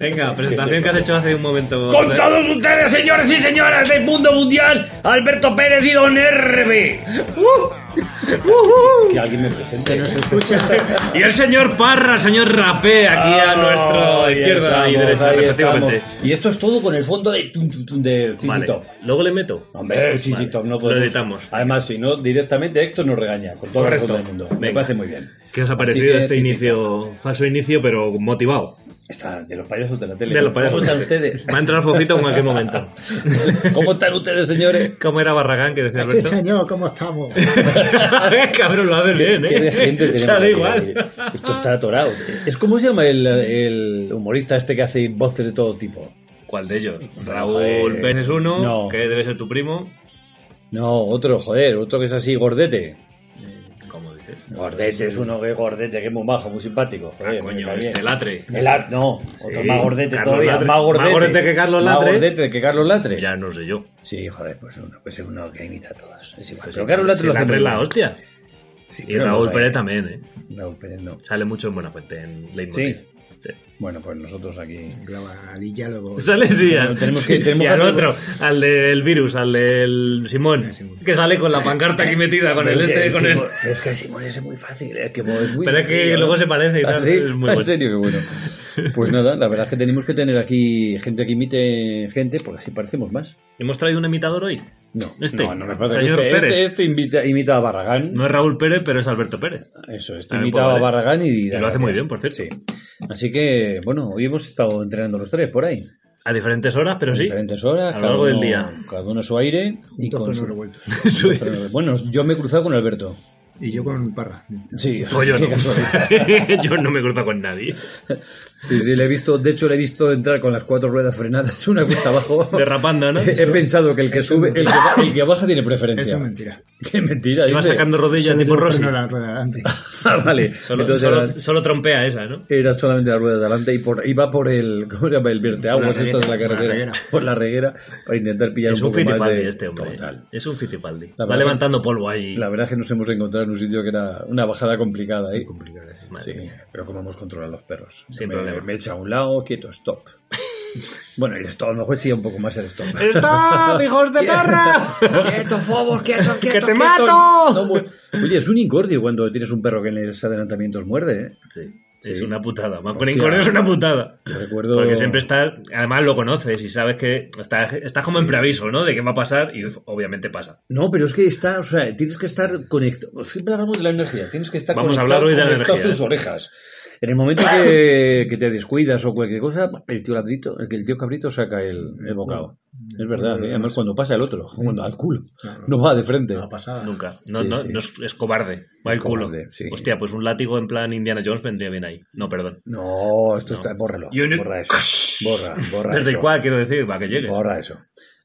Venga, presentación que has hecho hace un momento. Con todos ustedes, señores y señoras del mundo mundial, Alberto Pérez y Don Herbe. Que alguien me presente. Que nos escucha. Y el señor Parra, señor Rapé, aquí a Ah, nuestro ahí izquierda y estamos, derecha, ahí respectivamente. estamos. Y esto es todo con el fondo de tum, tum, tum, de CC Vale, Top. luego le meto. Hombre, sí, Vale, sí, Top, no lo podemos. editamos. Además, si no, directamente Héctor nos regaña, con todo Correcto. el fondo del mundo. Me Venga. parece muy bien. ¿Qué os ha Así parecido que este CC inicio, falso inicio, pero motivado? Está de los payasos de la tele. De los payasos. ¿Cómo están ustedes? Va a entrar Fofito en cualquier momento. ¿Cómo están ustedes, señores? ¿Cómo era Barragán que decía Sí, Alberto? señor, ¿cómo estamos? Cabrón, lo haces bien, ¿eh? Qué de gente tenemos Sale aquí, igual. oye. Esto está atorado. Es como se llama el, el humorista este que hace voces de todo tipo. ¿Cuál de ellos? Joder. Raúl Pérez es uno, No. que debe ser tu primo. No, otro, joder, otro que es así, gordete. ¿Cómo dices? Gordete es uno que es gordete, que es muy bajo, muy simpático. Ah, Oye, me coño, cae bien. este latre. El Ar- no, otro Sí, más gordete Carlos todavía, Latre. más gordete. Más gordete que Carlos Latre. Más gordete que Carlos Latre. Ya no sé yo. Sí, joder, pues uno, pues es uno que imita a todos. Es igual. Pues pero sí, Carlos Latre sí, lo hace Latre es muy la bien. hostia. Sí, Y pero no Raúl sabe. Pérez también, ¿eh? Raúl Pérez no. Sale mucho en Buenafuente, en Leitmotiv. Sí. Sí. Bueno, pues nosotros aquí. Clavadilla luego. Sale, sí, Bueno, al, tenemos que- sí, tenemos y que al hacer- otro, al del virus, al del Simón, Simón. que sale con la pancarta aquí metida, con el Pero es que este, con el... Simón- Es que Simón es muy fácil, es que es muy Pero es que sencillo, luego se parece y ¿Ah, tal, sí? es muy bueno. En serio, qué bueno. Pues nada, la verdad es que tenemos que tener aquí gente que imite gente, porque así parecemos más. ¿Hemos traído un imitador hoy? No, Este, no, no me parece. señor este, Pérez. este, este imita, imita a Barragán. No es Raúl Pérez, pero es Alberto Pérez. Eso, este También imitaba puede a valer. Barragán y, Y lo hace muy bien, por cierto. Sí. Así que, bueno, hoy hemos estado entrenando los tres por ahí. A diferentes horas, pero en ¿Ah, sí. diferentes horas. a lo cada largo del uno- día. Cada uno a su aire. Y Juntos con con su- los revueltos. Eso es. pero, bueno, yo me he cruzado con Alberto. Y yo con Parra. Sí, Pues yo qué no. casualidad. yo no me he cruzado con nadie. Sí, sí, le he visto, de hecho le he visto entrar con las cuatro ruedas frenadas, una cuesta abajo. Derrapando, ¿no? He he pensado que el que sube, el que, ba- el que baja tiene preferencia. Eso es mentira. Qué mentira. Iba dice. sacando rodillas tipo Sobre Rossi. todo la rueda de adelante. Ah, vale. Solo, Entonces solo- era- solo trompea esa, ¿no? Era solamente la rueda de adelante y por, iba por el, ¿cómo se llama? El Por vierteaguas la esta de la reguera, por la carretera, reguera. por la reguera, para intentar pillar es un un poco más fitipaldi de... este hombre. Total. Es un fitipaldi. La Va verdad- levantando polvo ahí. La verdad es que nos hemos encontrado en un sitio que era una bajada complicada ahí. Complicado. Madre Sí, mía. pero como hemos controlado a los perros. Sin me, problema. me echa a un lado, quieto, stop. bueno, el stop, a lo mejor chilla un poco más el stop. Eh. ¡Stop, hijos de perra! ¡Quietos, fobos! ¡Quietos, quietos! te quietos! mato! No, mu- Oye, es un incordio cuando tienes un perro que en los adelantamientos muerde, ¿eh? Sí, Sí. es una putada. Más con Hostia. incordio es una putada. Yo recuerdo... Porque siempre estás, además lo conoces y sabes que estás, estás como en preaviso, ¿no? De qué va a pasar y obviamente pasa. No, pero es que está, o sea, tienes que estar conectado. Siempre hablamos de la energía, tienes que estar Vamos a conectado, hablar hoy de la conectado energía, sus ¿eh? orejas. En el momento que, que te descuidas o cualquier cosa, el tío ladrito, el que el tío cabrito saca el, el bocado. Es verdad, ¿eh? además cuando pasa el otro, cuando al culo, no va de frente. No ha pasado. Nunca. No, Ah. Sí, no, sí. no es, es cobarde. Va Es el culo. cobarde, sí. Hostia, pues un látigo en plan Indiana Jones vendría bien ahí. No, perdón. No, esto No. está, bórralo, Y un- borra eso, borra, borra Desde eso. cuál quiero decir, va que llegue. Borra eso.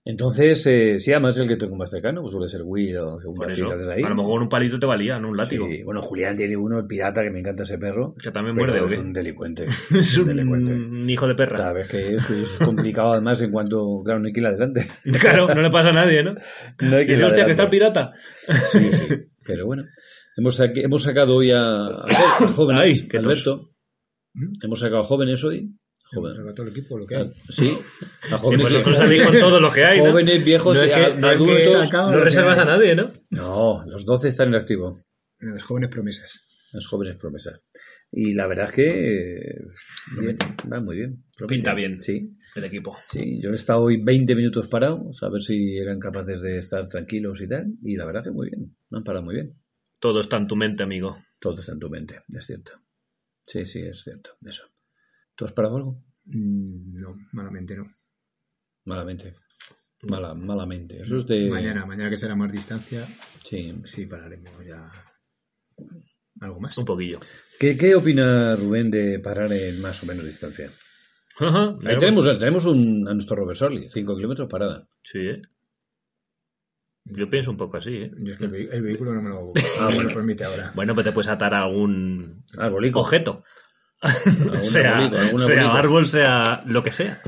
Entonces, eh, sí, además el que tengo más cercano, pues suele ser Will o según Por las eso. cifras A ahí. lo mejor un palito te valía, no un látigo. Sí, Bueno, Julián tiene uno, el pirata, que me encanta ese perro. Que también pero muerde, ¿o es qué? un delincuente. Es un, delincuente. hijo de perra. Sabes que es, es complicado además en cuanto, claro, no hay que ir adelante. Claro, no le pasa a nadie, ¿no? No hay Y que ir dice, hostia, adelante. que está el pirata. Sí, sí. Pero bueno, hemos, saque- hemos sacado hoy a, a jo- a jóvenes, Ay, qué tos. ¿Mm? Alberto. Hemos sacado a jóvenes hoy. Hemos Jóvenes. sacado todo el equipo Pues lo que Ah, hay. Sí, a Si jóvenes. vosotros salís con todos los que hay, ¿no? Jóvenes, viejos, no es a- que, no, es que adultos. saca- no reservas a nadie, ¿no? No, los 12 están en activo, En las jóvenes promesas. los jóvenes promesas. Y la verdad es que eh, bien, va muy bien. Pinta bien. Sí, El equipo. Sí, yo he estado hoy 20 minutos parado, a ver si eran capaces de estar tranquilos y tal, y la verdad que muy bien, me han parado muy bien. Todo está en tu mente, amigo. Todo está en tu mente, es cierto. Sí, sí, es cierto, eso. ¿Tú has parado algo? Mm, No, malamente no. Malamente. Mala, malamente. Eso es de... Mañana, mañana que será más distancia, Sí. sí pararemos ya. ¿Algo más? Un poquillo. ¿Qué, qué opina Rubén de parar en más o menos distancia? Ahí Ahí tenemos, tenemos un, a nuestro Robert Sorley, 5 kilómetros parada. Sí, ¿eh? Yo pienso un poco así, ¿eh? Yo es que el, vehi- el vehículo no me lo, no Ah, me lo bueno. permite ahora. Bueno, pues te puedes atar a algún Arbolico. objeto. Algún sea arbolico, algún sea arbolico. árbol, sea lo que sea.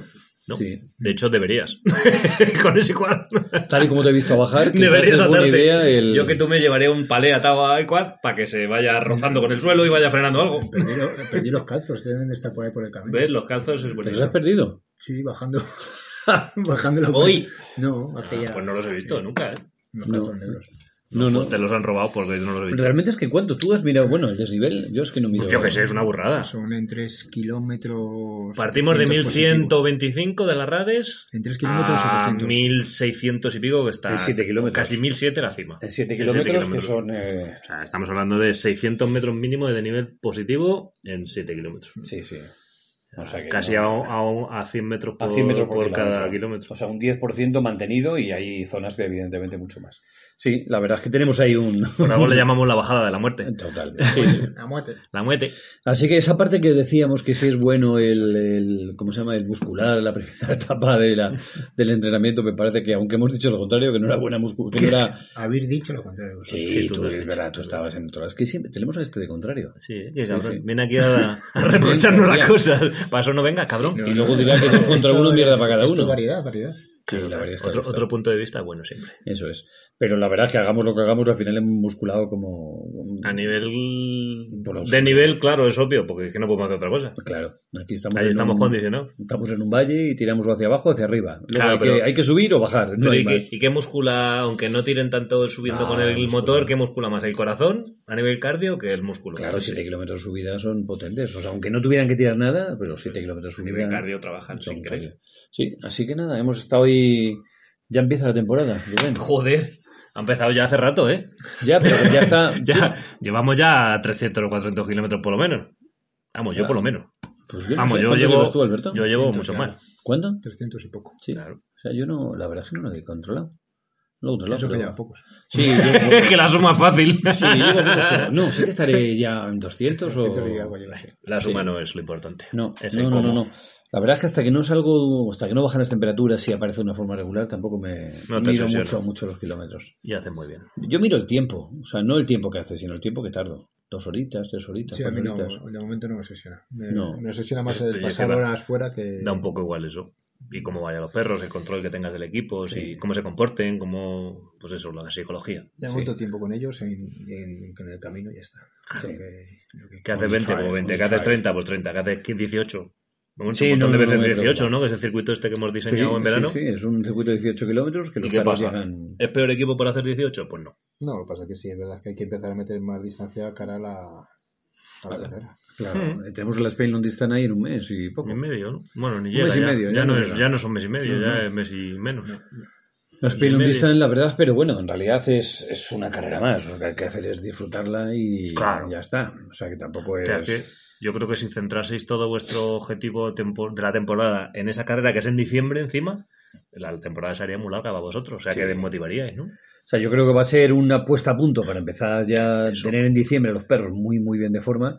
¿no? Sí. De hecho, deberías. Con ese cuadro. Tal y como te he visto bajar, quizás Deberías es buena atarte. idea el... Yo que tú me llevaré un palé atado al quad para que se vaya rozando con el suelo y vaya frenando algo. Perdí, lo- perdí los calzos, deben de estar por ahí por el camino. ¿Ves? Los calzos es ¿Te los has buenísimo. perdido? Sí, bajando. bajando la ¿Hoy? No, hace ya. Pues no los he visto nunca, ¿eh? unos No. calzones negros. No, no. Pues Te los han robado porque yo no los he visto. Realmente es que cuánto tú has mirado, bueno, el desnivel, yo es que no miro. Yo que sé, es una burrada. Son en 3 kilómetros. Ah. Partimos de 700 positivos. 1125 de las Rades En 3 kilómetros a 700. 1600 y pico, que está En siete kilómetros. casi 1007 la cima. En 7 En siete kilómetros que kilómetros. son... eh, O sea, estamos hablando de 600 metros mínimo de nivel positivo en 7 kilómetros. Sí, sí. O sea que Casi no- a, a- a 100 metros por, a 100 metros por, por cada kilómetro. O sea, un 10% mantenido y hay zonas de evidentemente mucho más. Sí, la verdad es que tenemos ahí un... Por algo le llamamos la bajada de la muerte. Total. sí, sí. A muerte. La muerte. Así que esa parte que decíamos que sí es bueno el, el- ¿cómo se llama? El muscular, la primera etapa de la, del entrenamiento, me parece que aunque hemos dicho lo contrario, que no era buena muscul que no era... Habéis dicho lo contrario. vosotros. Sí, Sí, tú tú, lo has es dicho, verdad, tú estabas en otro lado. Es que siempre tenemos a este de contrario. Sí, qué cabrón. sí. Viene aquí a, a reprocharnos las Ya. cosas. Para eso no venga, cabrón. Y luego dirá que dos contra Esto uno mierda es- para cada esto uno. Variedad, variedad. Sí, la verdad es que otro, está. otro punto de vista bueno siempre. Eso es. Pero la verdad es que hagamos lo que hagamos, al final hemos musculado como... A nivel... Por los- De nivel, claro, es obvio, porque es que no podemos hacer otra cosa. Claro, aquí estamos, Ahí en estamos un- condicionados. estamos en un valle y tiramos o hacia abajo o hacia arriba. Luego Claro, hay, que, pero- hay que subir o bajar. No Pero hay ¿y, qué, más. y qué muscula, aunque no tiren tanto subiendo Ah, con el muscula. motor, qué muscula más? ¿El corazón a nivel cardio que el músculo? Claro, Pues 7 sí, kilómetros de subida son potentes. O sea, aunque no tuvieran que tirar nada, pero 7 kilómetros de A nivel subida. cardio trabajan son sin creer. caña. Sí, así que nada, hemos estado ahí. Ya empieza la temporada, Rubén. Joder, ha empezado ya hace rato, ¿eh? Ya, pero ya está. Ya, llevamos ya 300 o 400 kilómetros por lo menos. Vamos, yo por lo menos. Pues yo no Vamos, sé, yo ¿cuánto llevo, llevas tú, Alberto? yo llevo 300, mucho claro. más. ¿Cuándo? 300 y poco. Sí. O sea, yo no, la verdad es que no lo he controlado. Lo he Eso que lleva controlado. pocos. Sí, yo, Es que la suma es fácil. sí, llevo menos, pero no, sé que estaré ya en 200 300 y algo o. lleva, sí. La suma no es lo importante. No, es el no, no, cómo. no, no. La verdad es que hasta que no salgo, hasta que no bajan las temperaturas y aparece de una forma regular, tampoco me No te miro obsesiona. mucho, mucho los kilómetros. Y hace muy bien. Yo miro el tiempo, o sea, no el tiempo que hace, sino el tiempo que tardo. Dos horitas, tres horitas, Sí, a mí cuatro no, horitas. de momento no me obsesiona. Me, No. me obsesiona más Sí, el que pasar va. horas fuera que. Da un poco igual eso. Y cómo vayan los perros, el control que tengas del equipo, si- cómo se comporten, cómo. Pues eso, la psicología. Ya mucho tiempo con ellos en, en- en el camino y ya está. Sí. Lo que- lo que- Que haces 20 trial, por 20, on que haces trial. 30 por 30, que haces 15, 18. Un Sí, montón de no, no, veces no me 18, preocupa. ¿no? Que es el circuito este que hemos Sí, diseñado en sí, verano. sí, es un circuito de 18 kilómetros que ¿Y los qué carros pasa? llegan... ¿Es peor equipo para hacer 18? Pues no. No, lo que pasa es que sí, es verdad que hay que empezar a meter más distancia cara a la, a la carrera. Claro, eh, tenemos la Spain Londistan ahí en un mes y poco. Mes y medio, ¿no? Bueno, ni Un llega. mes y ya, medio, ya ya no no es- llega. ya no son mes y medio, Ujú. ya es mes y menos. La Spain y medio. Londistan, la verdad, pero bueno, en realidad es, es una carrera más. Lo que hay que hacer es disfrutarla y Claro. ya está. O sea, que tampoco O es... sea, es que yo creo que si centraseis todo vuestro objetivo tempo- de la temporada en esa carrera que es en diciembre encima, la temporada sería muy larga para vosotros. O sea, Sí. que desmotivaríais, ¿no? O sea, yo creo que va a ser una puesta a punto para empezar ya a Eso. tener en diciembre a los perros muy, muy bien de forma.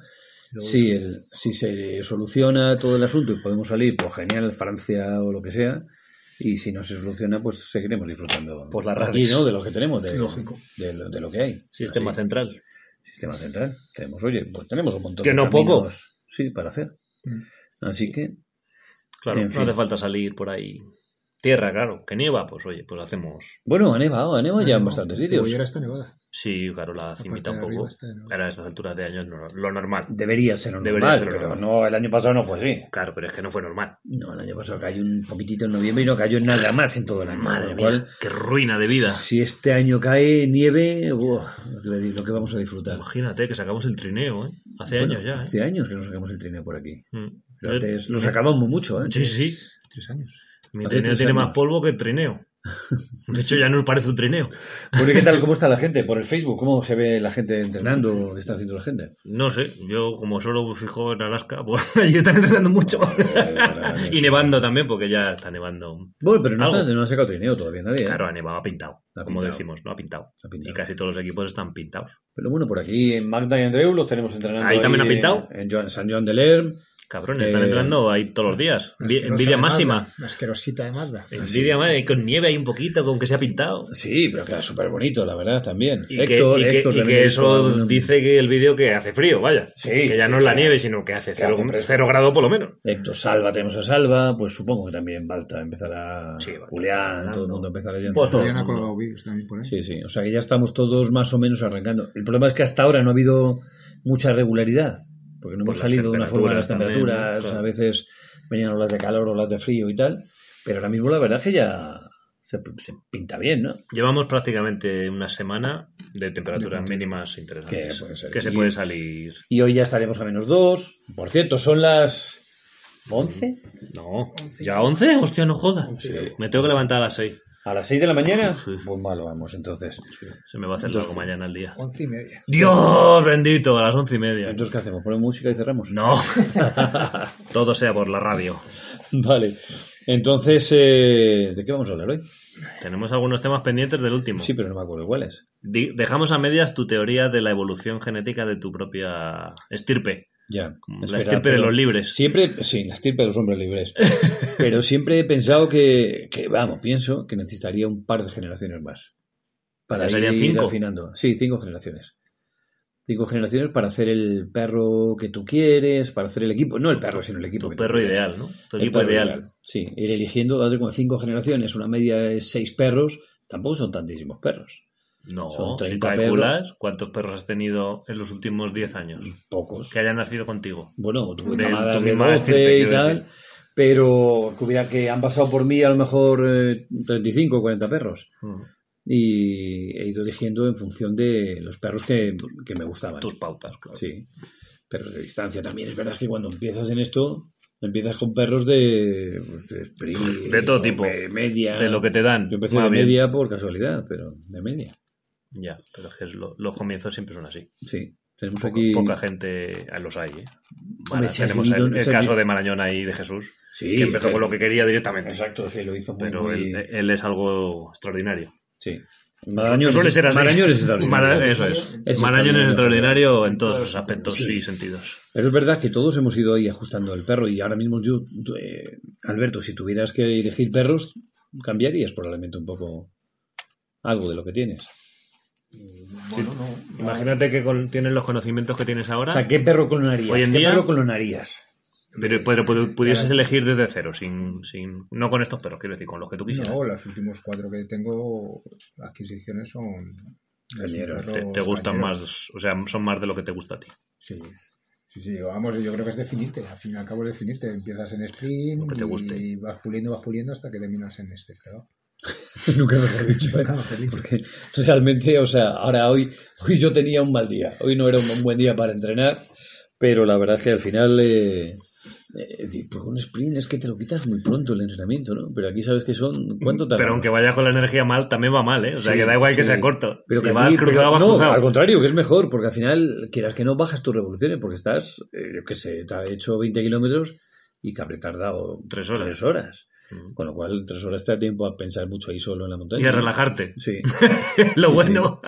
Luego, Si, el, si se soluciona todo el asunto y podemos salir, pues genial, Francia o lo que sea. Y si no se soluciona, pues seguiremos disfrutando. Por las aquí, redes. este ¿no? De lo que tenemos, de, Lógico. de lo, de lo que hay. Sistema Así, central. sistema central. Tenemos, oye, pues tenemos un montón Que de no caminos, poco. Mm. Sí, para hacer. Así que, Claro, En no fin. hace falta salir por ahí. Tierra, claro. Que nieva, pues oye, pues hacemos. bueno, ha nevado, ha nevado ya en no, bastantes sitios. Cebollera está nevada. Sí, claro, la cimita un de poco. arriba está de nuevo. Claro, a estas alturas de años no- lo normal. Debería ser normal, Debería ser pero normal. no, el año pasado no fue así. Claro, pero es que no fue normal. No, el año pasado cayó un poquitito en noviembre y no cayó nada más en todo el año. Madre Con lo cual, mía, qué ruina de vida. Si este año cae nieve, buah, lo que le- lo que vamos a disfrutar. Imagínate que sacamos el trineo, ¿eh? Hace Bueno, años ya, ¿eh? Hace años que no sacamos el trineo por aquí. Mm. Pero antes lo sacábamos mucho, ¿eh? Sí, sí, sí. Tres años. Mi Hace trineo tres tiene años. más polvo que el trineo. De hecho, ya nos parece un trineo. Bueno, ¿y ¿qué tal? ¿Cómo está la gente? ¿Por el Facebook? ¿Cómo se ve la gente entrenando? ¿Qué está haciendo la gente? No sé, yo como solo me fijo en Alaska, pues allí están entrenando mucho. y nevando también, porque ya está nevando. Bueno, pero no, Algo. estás- no ha sacado trineo todavía nadie. ¿eh? Claro, ha nevado, ha pintado. Ha como pintado. decimos, ¿no? Ha pintado. Ha pintado. Y casi todos los equipos están pintados. Pero bueno, por aquí en Magda y Andreu los tenemos entrenando. Ahí también ha pintado. En Joan- San Joan de Lerm. Cabrón, están Eh, entrando ahí todos los días. Una Vi- asquerosa Envidia de máxima. Mazda, Ah, una asquerosita de Mazda. Envidia madre, con nieve ahí un poquito, con que se ha pintado. Sí, pero queda súper bonito, la verdad, también. Y que- y que, y que también hizo eso alguna- dice que el vídeo que hace frío, vaya. Sí, que ya sí, no es la que- nieve, sino que hace que cero, hace fresco. cero grado por lo menos. Héctor Salva, tenemos a Salva, pues supongo que también Balta empezará, Sí, Balta Julián, empezará, todo el ¿no? mundo empezará ya. Pues todo. Habían colgado vídeos también por ahí. Sí, sí, o sea que ya estamos todos más o menos arrancando. El problema es que hasta ahora no ha habido mucha regularidad, porque no Por hemos las salido de una forma de las temperaturas también, temperaturas, ¿no? Claro. a veces venían olas de calor, olas de frío y tal, pero ahora mismo la verdad es que ya se, se pinta bien, ¿no? Llevamos prácticamente una semana de temperaturas mínimas interesantes. Que puede ser. Que se Y- puede salir. Y hoy ya estaremos a menos 2. Por cierto, son las 11. No, ¿ya 11? Hostia, no joda. Me tengo que levantar a las 6. ¿A las 6 de la mañana? Sí. Pues malo vamos, entonces. Se me va a hacer largo mañana el día. Once y media. Dios bendito, a las once y media. Entonces, ¿qué hacemos? ¿Ponemos música y cerramos? No. Todo sea por la radio. Vale. Entonces, eh, ¿de qué vamos a hablar hoy? Tenemos algunos temas pendientes del último. Sí, pero no me acuerdo cuál es. Di- Dejamos a medias tu teoría de la evolución genética de tu propia estirpe. Ya. La estirpe de los libres. Siempre, sí, la estirpe de los hombres libres. pero siempre he pensado que, que, vamos, pienso que necesitaría un par de generaciones más. Para Ya serían ir cinco. afinando. Sí, cinco generaciones. Cinco generaciones para hacer el perro que tú quieres, para hacer el equipo. No el perro, sino el equipo. Tu que tú perro quieres. ideal, ¿no? Tu El equipo perro ideal. Sí, ir eligiendo, date con cinco generaciones, una media de seis perros, tampoco son tantísimos perros. No, Son si 30 calculas cuántos perros has tenido en los últimos 10 años Pocos. que hayan nacido contigo. Bueno, tuve De- camadas tu de misma 12 estirpe, y quiero tal, decir. pero que hubiera que han pasado por mí a lo mejor eh, 35 o 40 perros. Y he ido eligiendo en función de los perros que, que me gustaban. Tus pautas, claro. Sí. Perros de distancia también. Es verdad que cuando empiezas en esto, empiezas con perros de. pues, de, sprint, De todo o tipo. de media. De lo que te dan. Yo empecé más de bien. media por casualidad, pero de media. Ya, pero es que es lo- los comienzos siempre son así. Sí. Tenemos Poca, Pues aquí. poca gente ah, los hay, ¿eh? Mara- se ha tenemos vivido- el, el se ha caso vivido- de Marañón ahí de Jesús, Sí, que empezó sí. con lo que quería directamente. Exacto, sí, lo hizo muy, Pero muy- él, él es algo extraordinario. Sí. Marañón, suele ser así. Marañón es extraordinario. Mara- eso es. Es Marañón es extraordinario. extraordinario en todos sus aspectos y sentidos. Pero es verdad que todos hemos ido ahí ajustando el perro y ahora mismo yo, tú, eh, Alberto, si tuvieras que elegir perros, cambiarías probablemente un poco algo de lo que tienes. Bueno, no. Imagínate que con- tienes los conocimientos que tienes ahora, O sea, ¿qué perro clonarías? Hoy en ¿Qué día- perro clonarías? pero, pero pu- pudieses elegir desde cero, sin, sin, no con estos perros, quiero decir, con los que tú quisieras. No, los últimos cuatro que tengo, adquisiciones son. Cañeros, son te, te perros gustan cañeros. más, o sea, son más de lo que te gusta a ti. Sí. Sí, sí, vamos, yo creo que es definirte, al fin y al cabo es definirte, empiezas en sprint Lo que te guste. y vas puliendo, vas puliendo hasta que terminas en este, creo. Nunca mejor dicho, ¿eh? Porque realmente, o sea, ahora hoy, hoy yo tenía un mal día. Hoy no era un buen día para entrenar, pero la verdad es que al final, eh, eh, di- pues un sprint es que te lo quitas muy pronto el entrenamiento, ¿no? Pero aquí sabes que son, ¿cuánto Pero tardamos? aunque vayas con la energía mal, también va mal, ¿eh? O sea, Sí, que da igual que sí. sea corto. Pero si que a vas ti- porque- cruzado, vas no, cruzado. al contrario, que es mejor, porque al final, quieras que no, bajas tus revoluciones, porque estás, eh, yo qué sé, te has hecho 20 kilómetros y que habré tardado Tres horas. tres horas. Mm. Con lo cual, tres horas te da tiempo a pensar mucho ahí solo en la montaña. Y a relajarte. Sí, Es lo bueno.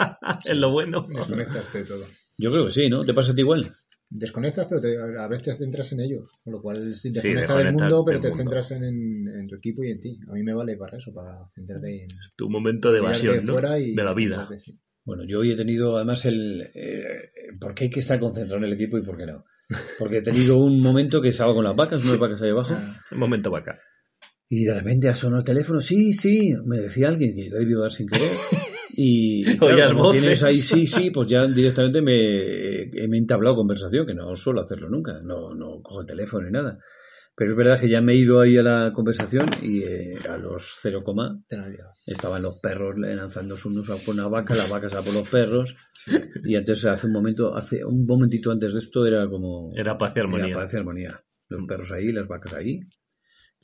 Es lo bueno. Desconectas de todo. yo creo que sí, ¿no? ¿Te pasa a ti igual? Desconectas, pero te- a veces te centras en ellos, con lo cual sí, Sí, desconectas del desconectas mundo, pero del te mundo. centras en, en tu equipo y en ti. A mí me vale para eso, para centrarte en Tu momento de evasión, mirarte ¿no? fuera y De la vida. centrarte, sí. Bueno, yo hoy he tenido además el... eh, ¿Por qué hay que estar concentrado en el equipo y por qué no? Porque he tenido un momento que estaba con las vacas, unas vacas ahí abajo, Ah, Momento vaca. y de repente ha sonado el teléfono, sí, sí, me decía alguien que yo iba a dar sin querer. Y, y Oías como voces. tienes ahí sí, sí, pues ya directamente me, eh, me he entablado conversación, que no suelo hacerlo nunca, no, no cojo el teléfono ni nada. Pero es verdad que ya me he ido ahí a la conversación y eh, a los 0, te la llevas. Estaban los perros lanzándose unos a por una vaca, la vaca se a por los perros. Y antes, hace un momento, hace un momentito antes de esto, era como. Era paz y armonía. Mm. era paz y armonía. Los perros ahí, las vacas ahí.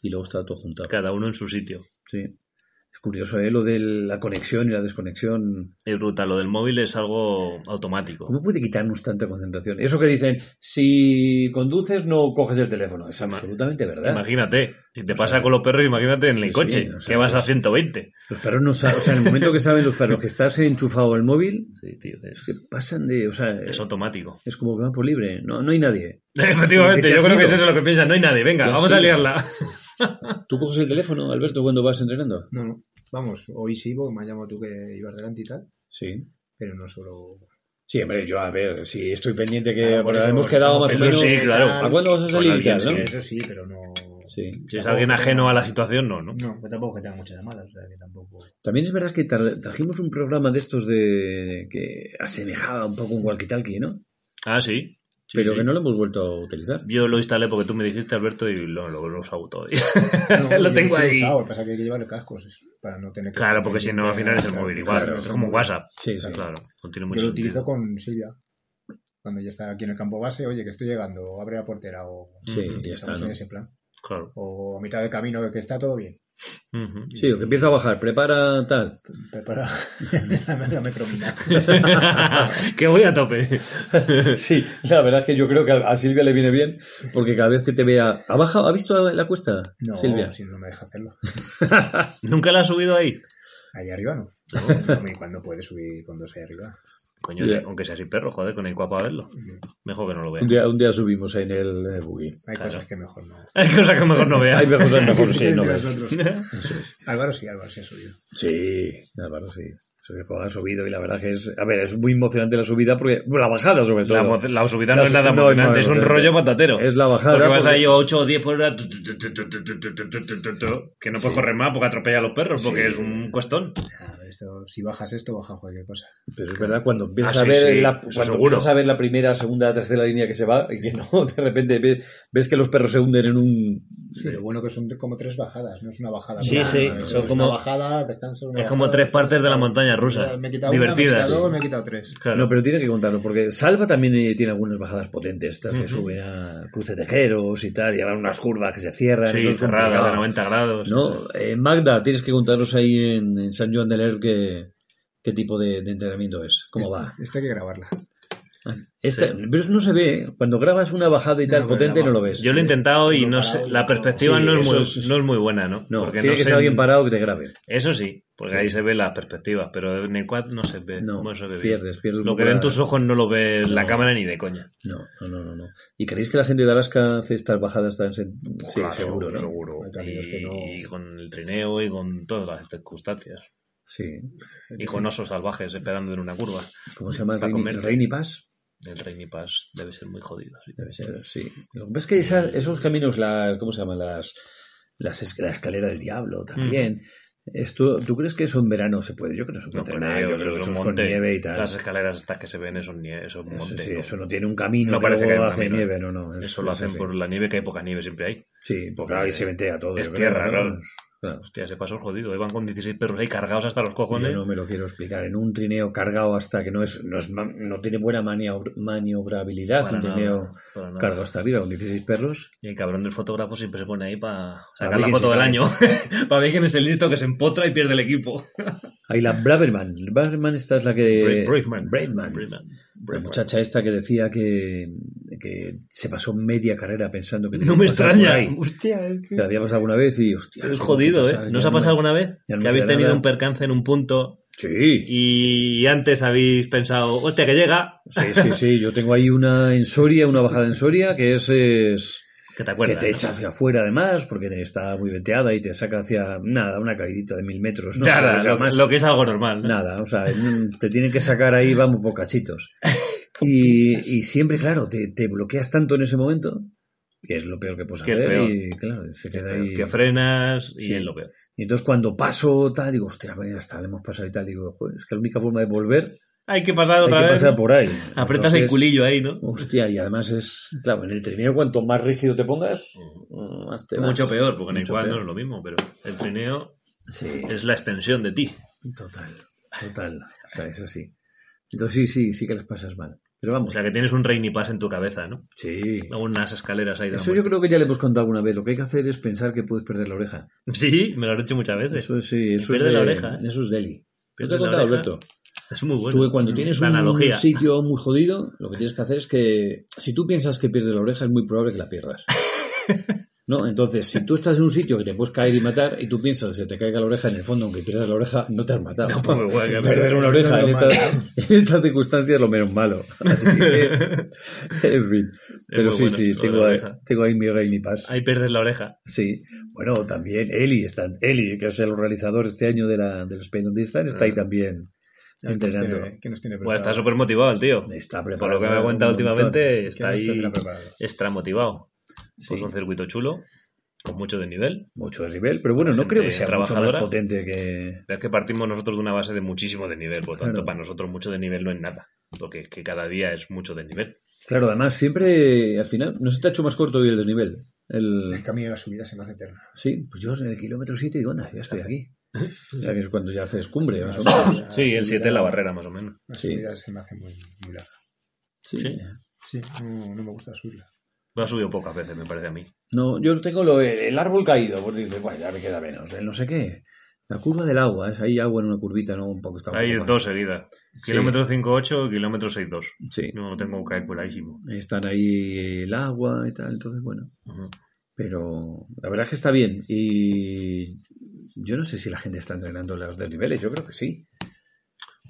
Y luego estaba todo juntado. Cada uno en su sitio. Sí. Es curioso, ¿eh? Lo de la conexión y la desconexión. Es brutal, lo del móvil es algo automático. ¿Cómo puede quitarnos tanta concentración? Eso que dicen, si conduces no coges el teléfono. Es absolutamente verdad. Imagínate, si te pasa con los perros, imagínate en el sí, coche, sí, o sea, que vas a es- 120. Los perros no saben, o sea, en el momento que saben los perros que estás enchufado al móvil, Sí, tío, es es, que pasan de, o sea, es automático. es como que van por libre, no, no hay nadie. Efectivamente, ¿Qué yo has creo que es sido? eso lo que piensan, no hay nadie, venga, ¿Qué has vamos a sido? liarla. ¿Tú coges el teléfono, Alberto, cuando vas entrenando? No, no. Vamos, hoy sí, porque me has llamado tú que ibas delante y tal, Sí. pero no solo. Sí, hombre, yo a ver, si estoy pendiente que Claro, por porque eso hemos quedado más o Eso menos. sí, claro. ¿A cuándo vas a Con salir y tal, alguien, no? sí. Eso sí, pero no. Sí. Si es alguien ajeno a la situación, no, ¿no? No, pues tampoco que tenga muchas llamadas, o sea que tampoco. También es verdad que tra- trajimos un programa de estos de que asemejaba un poco un walkie-talkie, ¿no? Ah, sí. Sí, Pero sí. que no lo hemos vuelto a utilizar. Yo lo instalé porque tú me dijiste, Alberto, y lo, lo, lo he usado todavía. No, yo lo tengo estoy ahí. usado, lo que pasa es que hay que llevar cascos eso, para no tener que. Claro, porque si no, al final es el móvil igual. Claro, es como WhatsApp. Sí, sí. Claro, no tiene Yo mucho lo sentido. utilizo con Silvia. Cuando ya está aquí en el campo base, oye, que estoy llegando, o abre la portera, o. Sí, Ujú. Mm, ya está, Estamos ¿no? en ese plan. Claro. O a mitad del camino, que está todo bien. Ujú. Sí, o que empieza a bajar, prepara tal. Prepara la micromina. que voy a tope. Sí, la verdad es que yo creo que a a Silvia le viene bien, porque cada vez que te vea. ¿Ha bajado? ¿Ha visto la cuesta, No, Silvia? si no me deja hacerlo. ¿Nunca la has subido ahí? Ahí arriba no. No, no, cuando puede subir con dos ahí arriba. Coño, Ya. que- aunque sea así perro, joder, con el cuapa a verlo. Mejor que no lo vea. Un, día, un día subimos en el, eh, buggy. Hay Claro. cosas que mejor no. Hay cosas que mejor no vea. Hay cosas mejor sí, no Entre ves. nosotros. Álvaro sí, Álvaro sí ha subido. Sí, Álvaro, sí. Su hijo ha subido y la verdad que es. A ver, es muy emocionante la subida, porque. bueno, la bajada, sobre todo. La, mo- la subida La no es su- nada no, emocionante, no, es un no, no. rollo patatero. Es la bajada. Porque vas porque- ahí 8 o 10 por hora, tu, tu, tu, tu, tu, tu, tu, tu, tu, tu, tu, que no puedes correr más porque atropella a los perros, porque Sí. es un cuestón. Ah, esto, si bajas esto, baja cualquier cosa. Pero es verdad, cuando empiezas, Ah, a, sí, ver sí, la, eso cuando seguro. empiezas a ver la primera, segunda, tercera línea que se va, y que no, de repente ve- ves, que los perros se hunden en un. Sí, lo bueno que son de- como tres bajadas, no es una bajada. Sí, plana, sí, ¿no? son Es como- Una bajada, descanso, una Es como bajada, tres partes de la descanso. montaña rusa. Me he quitado una, me he divertidas. quitado dos, me he quitado tres. Claro. No, pero tiene que contarlo, porque Salva también eh, tiene algunas bajadas potentes, estas Ujú. que sube a cruce tejeros y tal, y van unas curvas que se cierran. Sí, eso es cerrada, complicado. de 90 grados. ¿No? Eh, Magda, tienes que contaros ahí en, en San Juan de Ler qué, qué tipo de, de entrenamiento es, cómo Esta- va. Esta Este hay que grabarla. Esta- sí. Pero eso no se ve, ¿eh? cuando grabas una bajada y tal No, pero potente la no lo baja- ves. Yo lo he intentado y Uno no parado sé, y la otro- perspectiva Sí, no, es eso muy, es- no es muy buena, ¿no? no, Porque tiene no sé- que ser alguien parado que te grabe. Eso sí, porque Sí. ahí se ven las perspectivas, pero en el quad no se ve. No, Bueno, eso que vi. pierdes, pierdes un Lo poco que ven la- tus ojos no lo ve la No. cámara ni de coña. No, no, no, no, no. ¿Y creéis que la gente de Alaska hace estas bajadas tan... sen- Sí, Claro, seguro, ¿no? seguro. Hay caminos que no- Y, y con el trineo y con todas las circunstancias. Sí. Y con osos salvajes esperando en una curva. ¿Cómo se llama? Para Rainy, comer. Rainy Pass. El Rainy Pass debe ser muy jodido. sí. Debe ser, sí. Lo que pasa es que Eh, esa- esos caminos, la, ¿cómo se llaman? Las, las es- la escalera del diablo también. Esto, ¿Tú crees que eso en verano se puede? Yo creo que eso Mm. No, puede pero yo creo que es un con monte. nieve y tal. Las escaleras estas que se ven, eso es nie- eso es un Eso monte. sí, ¿no? eso no tiene un camino No que parece que luego haya un hace camino, ¿eh? nieve, no, no. es- Eso lo es hacen así. por la nieve, que hay poca nieve, siempre hay. Sí, porque ahí se ventea todo. es yo creo, tierra, ¿no? claro. Claro. Hostia, se pasó el jodido. Iban con 16 perros ahí cargados hasta los cojones. Yo no me lo quiero explicar. En un trineo cargado hasta que no es, no, es ma- no tiene buena maniobr- maniobrabilidad, Para un nada, trineo para nada. cargado hasta arriba con 16 perros. Y el cabrón del fotógrafo siempre se pone ahí para ver sacar la quién foto se del cae. año. para ver quién es el listo que se empotra y pierde el equipo. Ahí la Braverman. Braverman esta es la que... Bra- Eh, Braveman. Braveman. Braveman. La Braveman. muchacha esta que decía que, que se pasó media carrera pensando que... tenía No que me pasar por extraña. ahí. Hostia, es que- Que había pasado alguna vez y... Hostia, Es tengo que jodido, ¿eh? pasar, ¿No ya os ha pasado me- alguna vez ya no que me habéis queda tenido nada. un percance en un punto Sí. y antes habéis pensado, hostia, que llega? Sí, sí, sí. Yo tengo ahí una en Soria, una bajada en Soria, que es, es- Que te acuerdas. que te ¿no? echa hacia afuera además, porque está muy venteada y te saca hacia nada, una caidita de mil metros. ¿no? Nada, O sea, lo, más- lo que es algo normal. ¿no? Nada, o sea, mm, te tienen que sacar ahí, vamos, por cachitos. Y, y siempre, claro, te, te bloqueas tanto en ese momento, que es lo peor que puedes Que es hacer. peor. Y claro, se queda Pero ahí. Que frenas y eh, Sí. es lo peor. Y entonces cuando paso, tal, digo, hostia, bueno, ya está, le hemos pasado y tal, digo, "Joder, es que la única forma de volver Hay que pasar hay que otra vez. pasar por ahí. Apretas el Entonces, culillo ahí, ¿no? Hostia, y además es, claro, en el trineo cuanto más rígido te pongas, mm, más te vas. Mm. Mucho peor, porque en el Mucho cual no peor. es lo mismo, pero el trineo Sí, es la extensión de ti. total, total, o sea, es así. Entonces sí, sí, sí que las pasas mal. Pero O vamos, sea que tienes un Rainy Pass en tu cabeza, ¿no? sí. Unas escaleras ahí de la Eso yo creo que ya le hemos contado alguna vez. Lo que hay que hacer es pensar que puedes perder la oreja. muerte. Sí, me lo has dicho muchas veces. Eso sí, eso pierde es la de- oreja, ¿eh? Eso es deli. Yo te Pierde he la contado, oreja. Alberto. Es muy bueno. Tú que cuando tienes La un analogía. sitio muy jodido, lo que tienes que hacer es que si tú piensas que pierdes la oreja, es muy probable que la pierdas. ¿No? Entonces, si tú estás en un sititio que te puedes caer y matar, y tú piensas que se te caiga la oreja en el fondo, aunque pierdas la oreja, no te has matado. Pues, guay, que- Perder una oreja No en es lo estas, en estas circunstancias es lo menos malo. Así que, en fin. Pero muy sí, bueno, sí, lo de tengo la ahí, oreja. tengo ahí mi Rainy Pass. Ahí pierdes la oreja. Sí, bueno, también Eli, está, Eli, que es el organizador este año de la, del Spain on Distance, está ahí Ah. también entrenando. Que nos tiene Bueno, está preparado? súper motivado el tío. Está Por lo preparado que me ha contado un montón. últimamente, ¿Qué está nos ahí tendrá preparado? extra motivado. Sí, Pues un circuito chulo, con mucho desnivel. mucho desnivel, pero bueno, no pues Gente creo que sea mucho más trabajadora. potente que... Es que partimos nosotros de una base de muchísimo desnivel, por tanto, Claro. para nosotros mucho desnivel no es nada, porque es que cada día es mucho desnivel. Claro, además siempre, al final, no se te ha hecho más corto hoy el desnivel. El El... camino de la subida se me hace eterno. Sí, pues yo en el kilómetro 7 digo, anda, ya estoy aquí. O sea, que es cuando ya haces cumbre, más o menos. La Sí, el subida- 7 es la barrera, más o menos. La Sí. subida se me hace muy, muy larga. Sí. Sí, no, no me gusta subirla. Lo ha subido pocas veces, me parece a mí. No, yo tengo lo, el, el árbol caído, porque dices, bueno, ya me queda menos, el no sé qué. La curva del agua, es ahí agua en una curvita, ¿no? Un poco está un Hay poco más. dos seguidas. Kilómetro 5.8 y kilómetro 6.2. Sí, No lo tengo calculadísimo. están ahí el agua y tal, entonces bueno. Ujú. Pero la verdad es que está bien y yo no sé si la gente está entrenando los desniveles, yo creo que sí.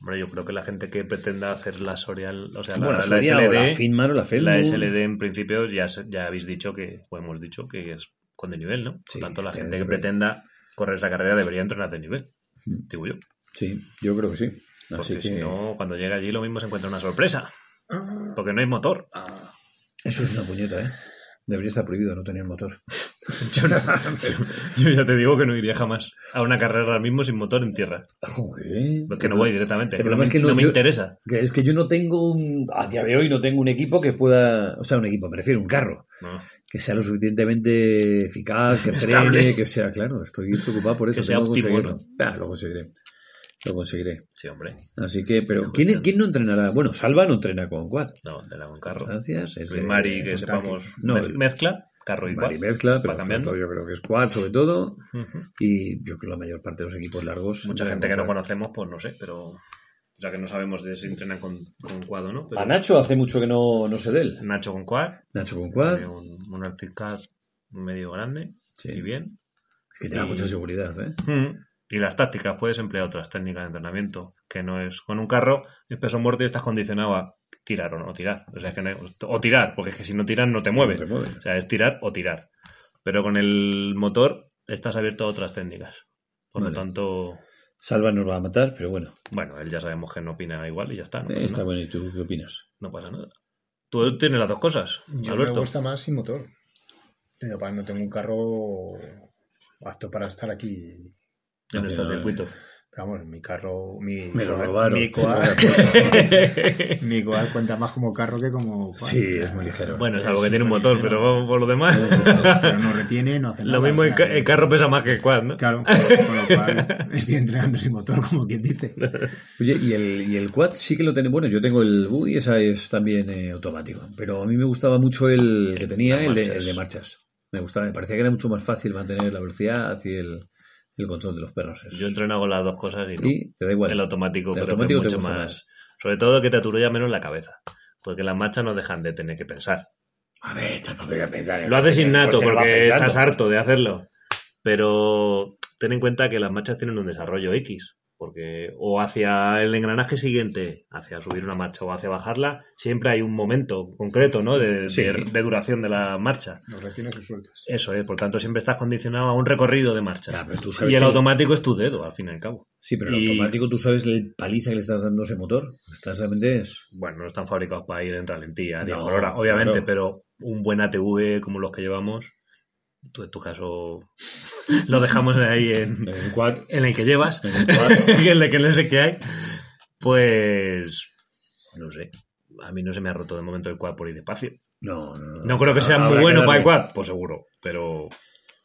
Hombre, yo creo que la gente que pretenda hacer la Sorial, o sea, la, bueno, la Soria o la SLD, Finman o la Felmo. la SLD en principio ya, se- ya habéis dicho que, o hemos dicho que es con desnivel, ¿no? Sí, Por tanto, la que gente que siempre- pretenda correr esa carrera debería entrenar de nivel, Mm. digo yo. Sí, yo creo que sí. Así Porque que si no, cuando llega allí lo mismo se encuentra una sorpresa, Ah, porque no hay motor. ah. eso es una puñeta, ¿eh? Debería estar prohibido no tener motor. Yo, no- yo ya te digo que no iría jamás a una carrera ahora mismo sin motor en tierra. Joder. Porque no voy directamente, El que no problema me, es que no- no me yo- interesa. Que es que yo no tengo un, a día de hoy no tengo un equipo que pueda, o sea, un equipo, me refiero, un carro, No. que sea lo suficientemente eficaz, que frene, Estable. que sea, claro, estoy preocupado por eso, Que sea tengo óptimo, conseguirlo. Ah, lo conseguiré. Lo conseguiré. Sí, hombre. Así que, Qué pero ¿quién, cuestión. ¿quién no entrenará? Bueno, Salva no entrena con quad. No, te la hago en carro. Distancias, Ah, es de- Primari, Pues que con sepamos, tanque. No, mez- el- mezcla, carro y Primari cual. mezcla, pero va sobre cambiando. todo yo creo que es quad sobre todo. Ujú. Y yo creo que la mayor parte de los equipos largos. Mucha entrenan gente con que no quad. conocemos, pues no sé, pero. O sea, que no sabemos de si entrenan con, con quad o no. Pero A Nacho hace mucho que no, no sé de él. Nacho con quad, Nacho tiene con quad. un, un Articat medio grande sí. y bien. Es que te da Y- mucha seguridad, ¿eh? Mm. Y las tácticas, puedes emplear otras técnicas de entrenamiento, que no es con un carro, es peso muerto y estás condicionado a tirar o no tirar. O sea, es que no hay- o tirar, porque es que si no tiras no te mueves. No te mueves. O sea, es tirar o tirar. Pero con el motor estás abierto a otras técnicas. Por Vale. lo tanto, Salva nos va a matar, pero bueno. bueno, él ya sabemos que no opina igual y ya está. No, Eh, está No- Ah, bueno, ¿y tú qué opinas? no pasa nada. Tú tienes las dos cosas, Yo me Alberto. gusta más sin motor. Pero para- no tengo un carro apto para estar aquí. En este Así estos no, eh. circuitos. Pero vamos, mi carro. Mi, Me lo coa- robaron. Mi coal, mi coal cuenta más como carro que como. coal. Sí, es muy ligero. bueno, es Es algo que tiene un súper motor, ligero. pero vamos por lo demás. Pero no retiene, no hace nada. Lo mismo o el, sea, ca- el carro pesa más que el quad, ¿no? Claro, con lo cual estoy entrenando sin motor, como quien dice. Oye, y el, y el quad sí que lo tenemos. Bueno, yo tengo el Bu y esa es también eh, automático. Pero a mí me gustaba mucho el que tenía, las el de, marchas. el de marchas. Me gustaba, me parecía que era mucho más fácil mantener la velocidad y el, el control de los perros. Yo entreno con las dos cosas y, no. Y te da igual. el automático El creo que automático te es mucho gusta más... más. Sobre todo que te aturulla menos la cabeza. Porque las marchas no dejan de tener que pensar. A ver, tampoco voy a pensar. en Lo el haces coche, el innato coche lo va porque pensando. estás harto de hacerlo. Pero ten en cuenta que las marchas tienen un desarrollo X. Porque o hacia el engranaje siguiente, hacia subir una marcha o hacia bajarla, siempre hay un momento concreto ¿no? de, Sí. de- de duración de la marcha. Los retiene sus sueltas. Eso es, por tanto siempre estás condicionado a un recorrido de marcha. Ya, pero tú sabes y el el- automático es tu dedo, al fin y al cabo. Sí, pero el y- automático tú sabes el paliza que le estás dando a ese motor. Estás realmente es... bueno, no están fabricados para ir en ralentía, No, ni a por hora, obviamente, claro. pero un buen ATV como los que llevamos, tú en tu caso lo dejamos ahí en, El quad. en el que llevas, en el quad. en el que no sé qué hay, pues no sé. A mí no se me ha roto de momento el quad por ir despacio. No, no, no. No creo que sea Habrá muy bueno para el darle- quad, pues seguro, pero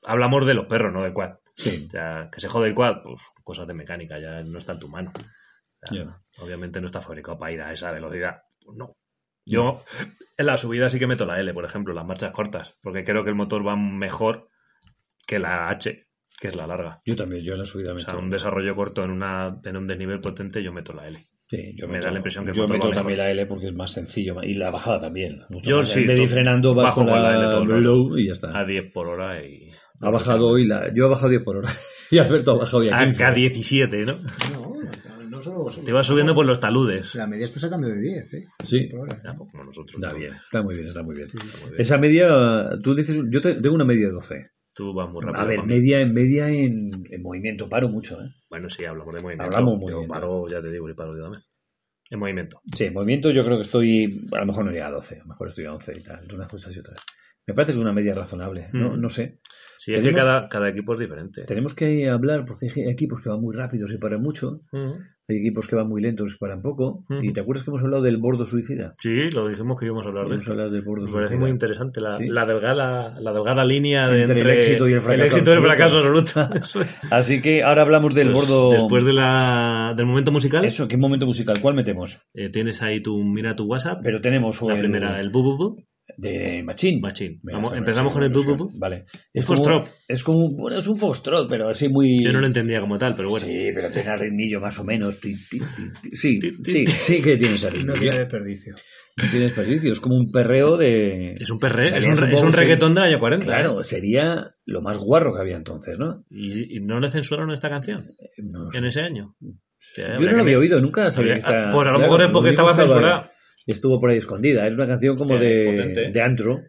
hablamos de los perros, no del quad. Sí. O sea, que se jode el quad, pues cosas de mecánica, ya no está en tu mano. O sea, Ya. Obviamente no está fabricado para ir a esa velocidad. Pues no. Yo en la subida sí que meto la L, por ejemplo, las marchas cortas, porque creo que el motor va mejor que la H, que es la larga. Yo también, yo en la subida O meto. sea, un desarrollo corto en, una, en un desnivel potente, yo meto la L. sí, yo me da la impresión que el yo motor va meto mejor. también la L porque es más sencillo ma- y la bajada también. Mucho Yo más. sí, En vez de ir to- frenando bajo bajo con la la L todo el rato. low y ya está. A 10 por hora y. Ha bajado hoy la. Yo he bajado 10 por hora. Y Alberto ha bajado ya A 15. Ah, a 17, ¿no? No, no solo vosotros. Te vas subiendo por los taludes. La media está sacando de 10, ¿eh? Sí. Por hora. Ya, pues como nosotros. Está entonces. bien, está muy bien, está muy bien. Está muy bien. Esa media, tú dices, yo te- tengo una media de 12. Tú vas muy rápido. A ver, Juan. media en media en, en movimiento, paro mucho, ¿eh? Bueno, sí, hablamos de movimiento. Hablamos Yo movimiento. paro, ya te digo, y paro yo también. En movimiento. Sí, en movimiento yo creo que estoy, a lo mejor no llega a 12, a lo mejor estoy a 11 y tal, entre unas cosas y otras. Me parece que es una media razonable, no, Mm. no sé. Sí, es que Tenemos- cada, cada equipo es diferente. Tenemos que hablar porque hay equipos que van muy rápidos y paran mucho, Mm. hay equipos que van muy lentos y paran poco. Ujú. ¿Y te acuerdas que hemos hablado del bordo suicida? Sí, lo dijimos que íbamos a hablar de Vamos a eso. hablar del bordo Me suicida. parece muy interesante la, Sí. la delgada, la delgada línea de Entre el éxito y el fracaso éxito y el fracaso absoluto. absoluto. Eso es. Así que ahora hablamos del Pues, bordo... Después de la, del momento musical, Eso, ¿qué momento musical? ¿Cuál metemos? eh, tienes ahí tu mira tu WhatsApp. Pero tenemos la el- primera, el bu bu bu. de Machín. Machín. Venga, Vamos, Machín, empezamos con el bu Machín. bu bu. Vale. como, foxtrot. es como un- bueno, es un foxtrot, pero así muy Yo no lo entendía como tal, pero bueno. Sí, pero tiene ritmillo más o menos. Ti, ti, ti, ti. Sí, Ti, ti, sí, ti. sí que tiene ese ritmo. No tiene desperdicio. No tiene desperdicio, es como un perreo de Es un perre, es Daría un, re- un es un poco, sí. reggaetón del año 40. Claro, sería lo más guarro que había entonces, ¿no? ¿Y, y no le censuraron esta canción No lo sé. en ese año? Sí, Pues habría mm. Yo no lo que ver. había oído, nunca Habría- sabía que está. ah, Pues a lo mejor es porque estaba censurada. Estuvo por ahí escondida. Es una canción como Hostia, de, potente. de antro.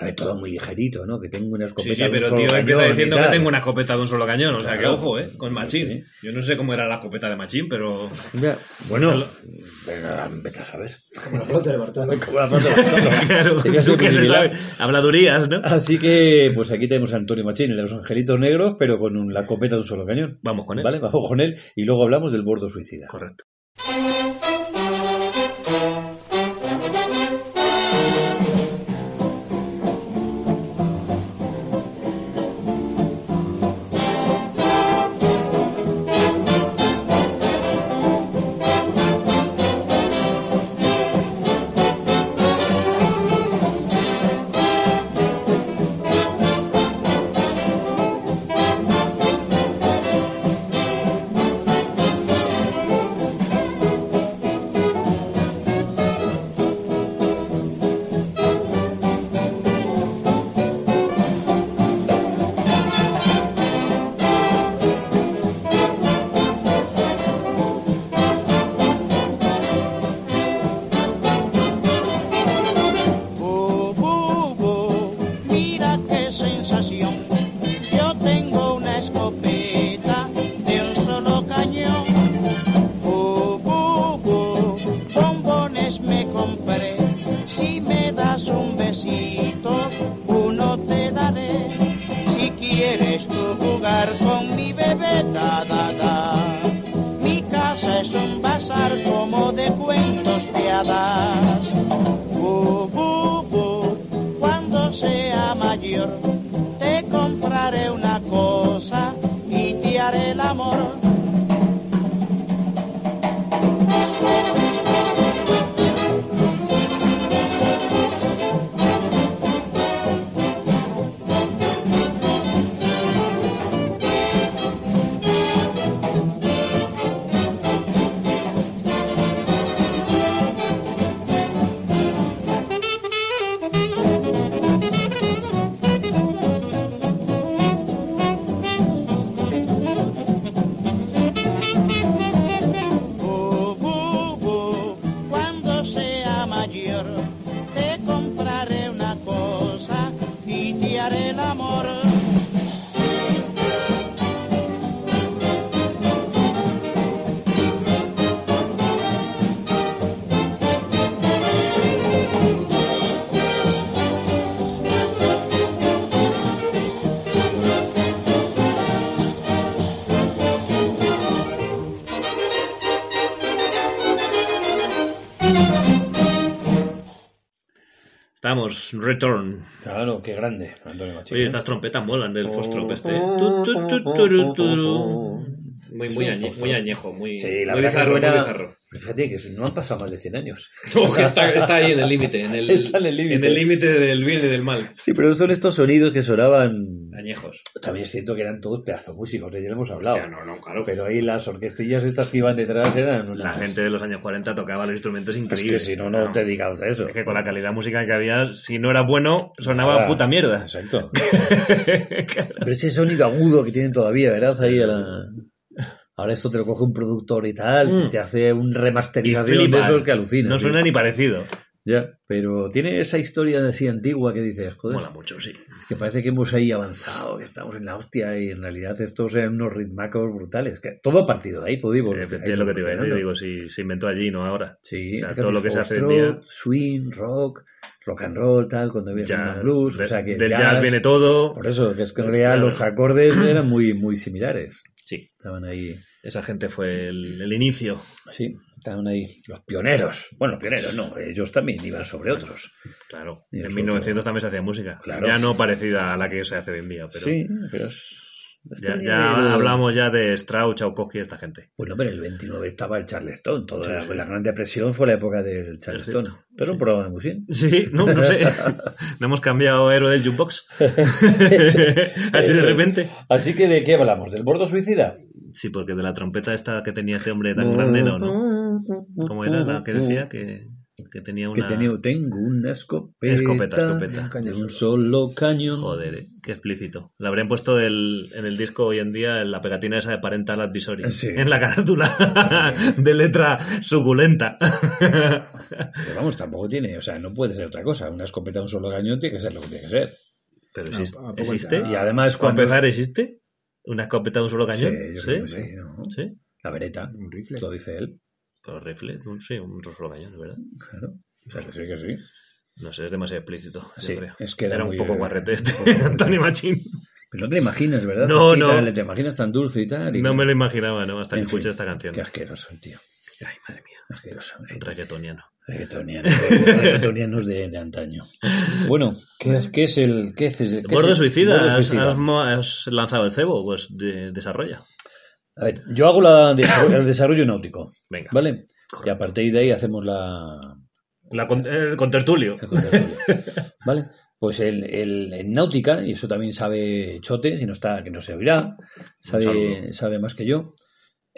A ver, todo muy ligerito, ¿no? Que tengo una escopeta. Sí, sí, de un pero el solo tío empieza cañón y diciendo que tal. tengo una escopeta de un solo cañón. O sea, Claro. que ojo, ¿eh? Con Machín. Yo no sé cómo era la escopeta de Machín, pero. Mira, Bueno, Ojalá. venga, vete a saber. Como la flota de Bartolo. Como la plata de los tontos. Claro, Tenía su tú que se credibilidad. sabe. Habladurías, ¿no? Así que, pues aquí tenemos a Antonio Machín, el de los angelitos negros, pero con un- la copeta de un solo cañón. Vamos con él. ¿Vale? Vamos con él y luego hablamos del bordo suicida. Correcto. Oh, oh, oh, mira qué sensación. Yo tengo una escopeta de un solo cañón. Oh, oh, oh, bombones me compré. Si me das un besito, uno te daré. Si quieres tú jugar con mi bebé, da, da, da. Mi casa es un bazar como de cuentos de hadas. Bu, bu, bu. Cuando sea mayor, te compraré una cosa y te haré el amor. Bu, bu, bu. Cuando sea mayor, te compraré una cosa y te haré el amor. Estamos, return. Claro, qué grande, Antonio Machín. Oye, ¿eh? estas trompetas molan del Fostrop este. oh, Tu, tu, tu, tu, tu, tu. Sí, Muy, muy, Es un añe- foxtrot. muy añejo, muy, la muy verdad que bizarro, muy suena, bizarro. Pero fíjate que no han pasado más de 100 años. No, que está, está ahí en el límite, en el Está en el límite. en el límite del bien y del mal. Sí, pero son estos sonidos que sonaban. Añejos. También es cierto que eran todos pedazos músicos, de ya lo hemos hablado. Hostia, no, no, claro. Pero ahí las orquestillas estas que iban detrás eran La unas- gente de los años 40 tocaba los instrumentos Es increíbles. que si no, no te dedicabas a eso. Es que con la calidad musical que había, si no era bueno, sonaba Ah, puta mierda. Exacto. Pero ese sonido agudo que tienen todavía, ¿verdad? Ahí a la- Ahora esto te lo coge un productor y tal, Mm. y te hace un Y remasterización de flipas. esos que alucinas. No tío. suena ni parecido. Ya, pero tiene esa historia de así antigua que dices, joder, Mola mucho, sí. que parece que hemos ahí avanzado, que estamos en la hostia y en realidad estos eran unos ritmacos brutales. Que todo ha partido de ahí, todo digo. Eh, Es lo que te iba a decir. Digo, si se inventó allí, no ahora. Sí, O sea, fíjate, todo lo que se hace hoy en foxtrot, día. swing, rock, rock and roll, tal, cuando viene Ya, el blues, de- o sea que del jazz, viene todo. Por eso, que es que en realidad Claro. los acordes eran muy, muy similares. Sí, Estaban ahí, esa gente fue el, el inicio. sí, estaban ahí los pioneros. Bueno, pioneros no, ellos también iban sobre otros. Claro. Y en eso 1900 también se hacía música. Claro. Ya no parecida a la que se hace hoy en día, pero. sí, pero es- Ya, este ya nivel- hablamos ya de Strauss, Tchaikovsky, esta gente. Bueno, pero el 29 estaba el Charleston, toda Sí, la, sí. la Gran Depresión fue la época del Charleston. cierto, Pero un programa de música. Sí, no, no sé. no hemos cambiado héroe del jukebox. Así de repente. Así que, ¿de qué hablamos? ¿Del bordo suicida? Sí, porque de la trompeta esta que tenía este hombre tan grande, no, no. ¿Cómo era la que decía? Que, que tenía Que una. tenía- tengo una escopeta, Escopeta, escopeta. de un solo cañón. Joder, eh, qué explícito. Le habrían puesto el- en el disco hoy en día en la pegatina esa de Parental Advisory. Sí. En la carátula de letra suculenta. Pero vamos, tampoco tiene, o sea, no puede ser otra cosa. Una escopeta de un solo cañón tiene que ser lo que tiene que ser. Pero Ah, exis- ¿a poco existe. ya? Y además ¿Para cuando... empezar existe? ¿Una escopeta de un solo Sí, cañón? yo Sí, creo que sí, ¿no? sí. La vereta, Un rifle. lo dice él. Pero rifle, un- sí, un solo cañón, de ¿verdad? Claro. O sea, que sí, que sí. No sé, es demasiado explícito. yo Sí, creo. es que era un muy- poco guarrete este, un poco guarrete. Antonio Machín. Pero no te imaginas, ¿verdad? No, Así, no. tal, te imaginas tan dulce y tal. y- No me lo imaginaba, ¿no? Hasta que En fin, escuché esta canción. Qué asqueroso el tío. Ay, madre mía. Asqueroso. En fin. Reggaetoniano. Reggaetonianos, reggaetonianos de, de antaño. Bueno, ¿qué, qué es el qué es, el- qué Gordo es el- suicida, Gordo has- Suicida? Has, mo- has lanzado el cebo, pues de- desarrolla. A ver, yo hago la desarrollo- el desarrollo náutico, Venga. ¿vale? Y Correcto. a partir de ahí hacemos la, La con, el contertulio. El conservatorio. ¿Vale? Pues el, el- en náutica, y eso también sabe Chote, si no está, que no se oirá, sabe, saludo. sabe más que yo.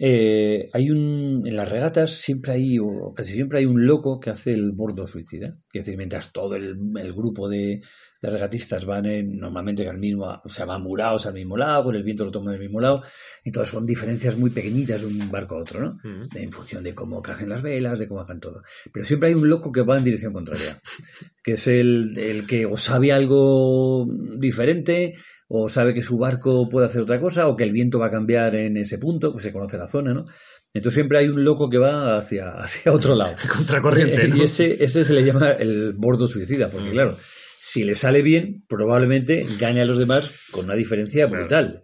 eh, hay un, en las regatas siempre hay, o casi siempre hay un loco que hace el bordo suicida. Es decir, mientras todo el, el grupo de, de regatistas van en- normalmente al mismo, o sea, van murados al mismo lado, con el viento lo toman del mismo lado, y todas son diferencias muy pequeñitas de un barco a otro, ¿no? Mm. en función de cómo cacen las velas, de cómo hacen todo. Pero siempre hay un loco que va en dirección contraria, que es el, el que o sabe algo diferente, o sabe que su barco puede hacer otra cosa, o que el viento va a cambiar en ese punto, pues se conoce la zona, ¿no? Entonces siempre hay un loco que va hacia, hacia otro lado. Contracorriente. Y ¿no? ese, ese se le llama el bordo suicida, porque Mm. claro, si le sale bien, probablemente gane a los demás con una diferencia Claro. brutal,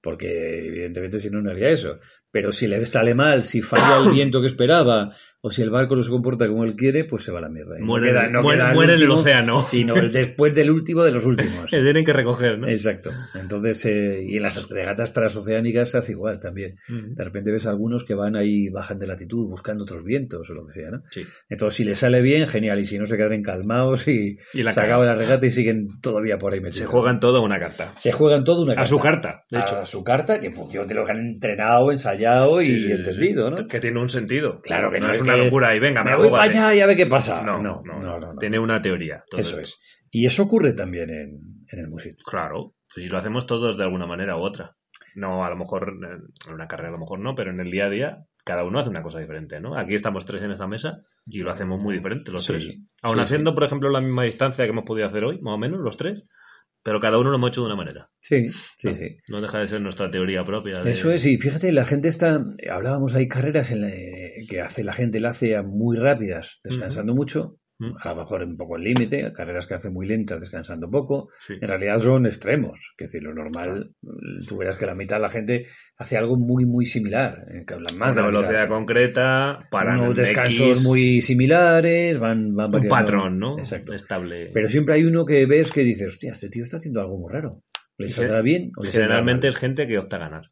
porque evidentemente si no, no haría eso. Pero si le sale mal, si falla el viento que esperaba, o si el barco no se comporta como él quiere, pues se va a la mierda. Y no Muere, queda- no muere- queda el muere en el último, océano. Sino el después del último de los últimos. Se tienen que recoger, ¿no? Exacto. Entonces, eh, y en las regatas transoceánicas se hace igual también. Mm. De repente ves algunos que van ahí, bajan de latitud, buscando otros vientos o lo que sea, ¿no? Sí. Entonces, si les sale bien, genial. Y si no, se quedan calmados y, Y la se acaba la regata y siguen todavía por ahí metidos. Se juegan todo a una carta. Se juegan todo una A su carta, de A hecho. su carta, que en función de lo que han entrenado, ensayado Sí, y sí, sí, entendido, sí. ¿no? Que tiene un sentido. Claro que no no es es una que- locura y venga, me, Me voy para agópate. allá y a ver qué pasa. No, no, no, Tiene una teoría. todo esto. Eso es. Y eso ocurre también en, en el músico. Claro, pues si lo hacemos todos de alguna manera u otra. No, a lo mejor eh, en una carrera a lo mejor no, pero en el día a día cada uno hace una cosa diferente, ¿no? Aquí estamos tres en esta mesa y lo hacemos muy diferente los Sí, tres. sí, Aún sí. haciendo, por ejemplo, la misma distancia que hemos podido hacer hoy, más o menos, los tres, pero cada uno lo hemos hecho de una manera. Sí, ¿no? No deja de ser nuestra teoría propia. de- Eso es, y fíjate, la gente está, hablábamos, hay carreras en la- eh, que hace la gente, la hace a muy rápidas, descansando mucho, Ujú. a lo mejor un poco el límite, carreras que hace muy lentas, descansando poco, Sí. en realidad son extremos, que es decir, lo normal, mm, tú verás que la mitad de la gente hace algo muy, muy similar, eh, que hablan más Más de la la mitad. velocidad concreta, para unos descansos muy similares, van, van Un variando. patrón, ¿no? Exacto. Estable. Pero siempre hay uno que ves que dices, hostia, este tío está haciendo algo muy raro. ¿Le Y saldrá bien? o le saldrá Generalmente mal?". es gente que opta a ganar.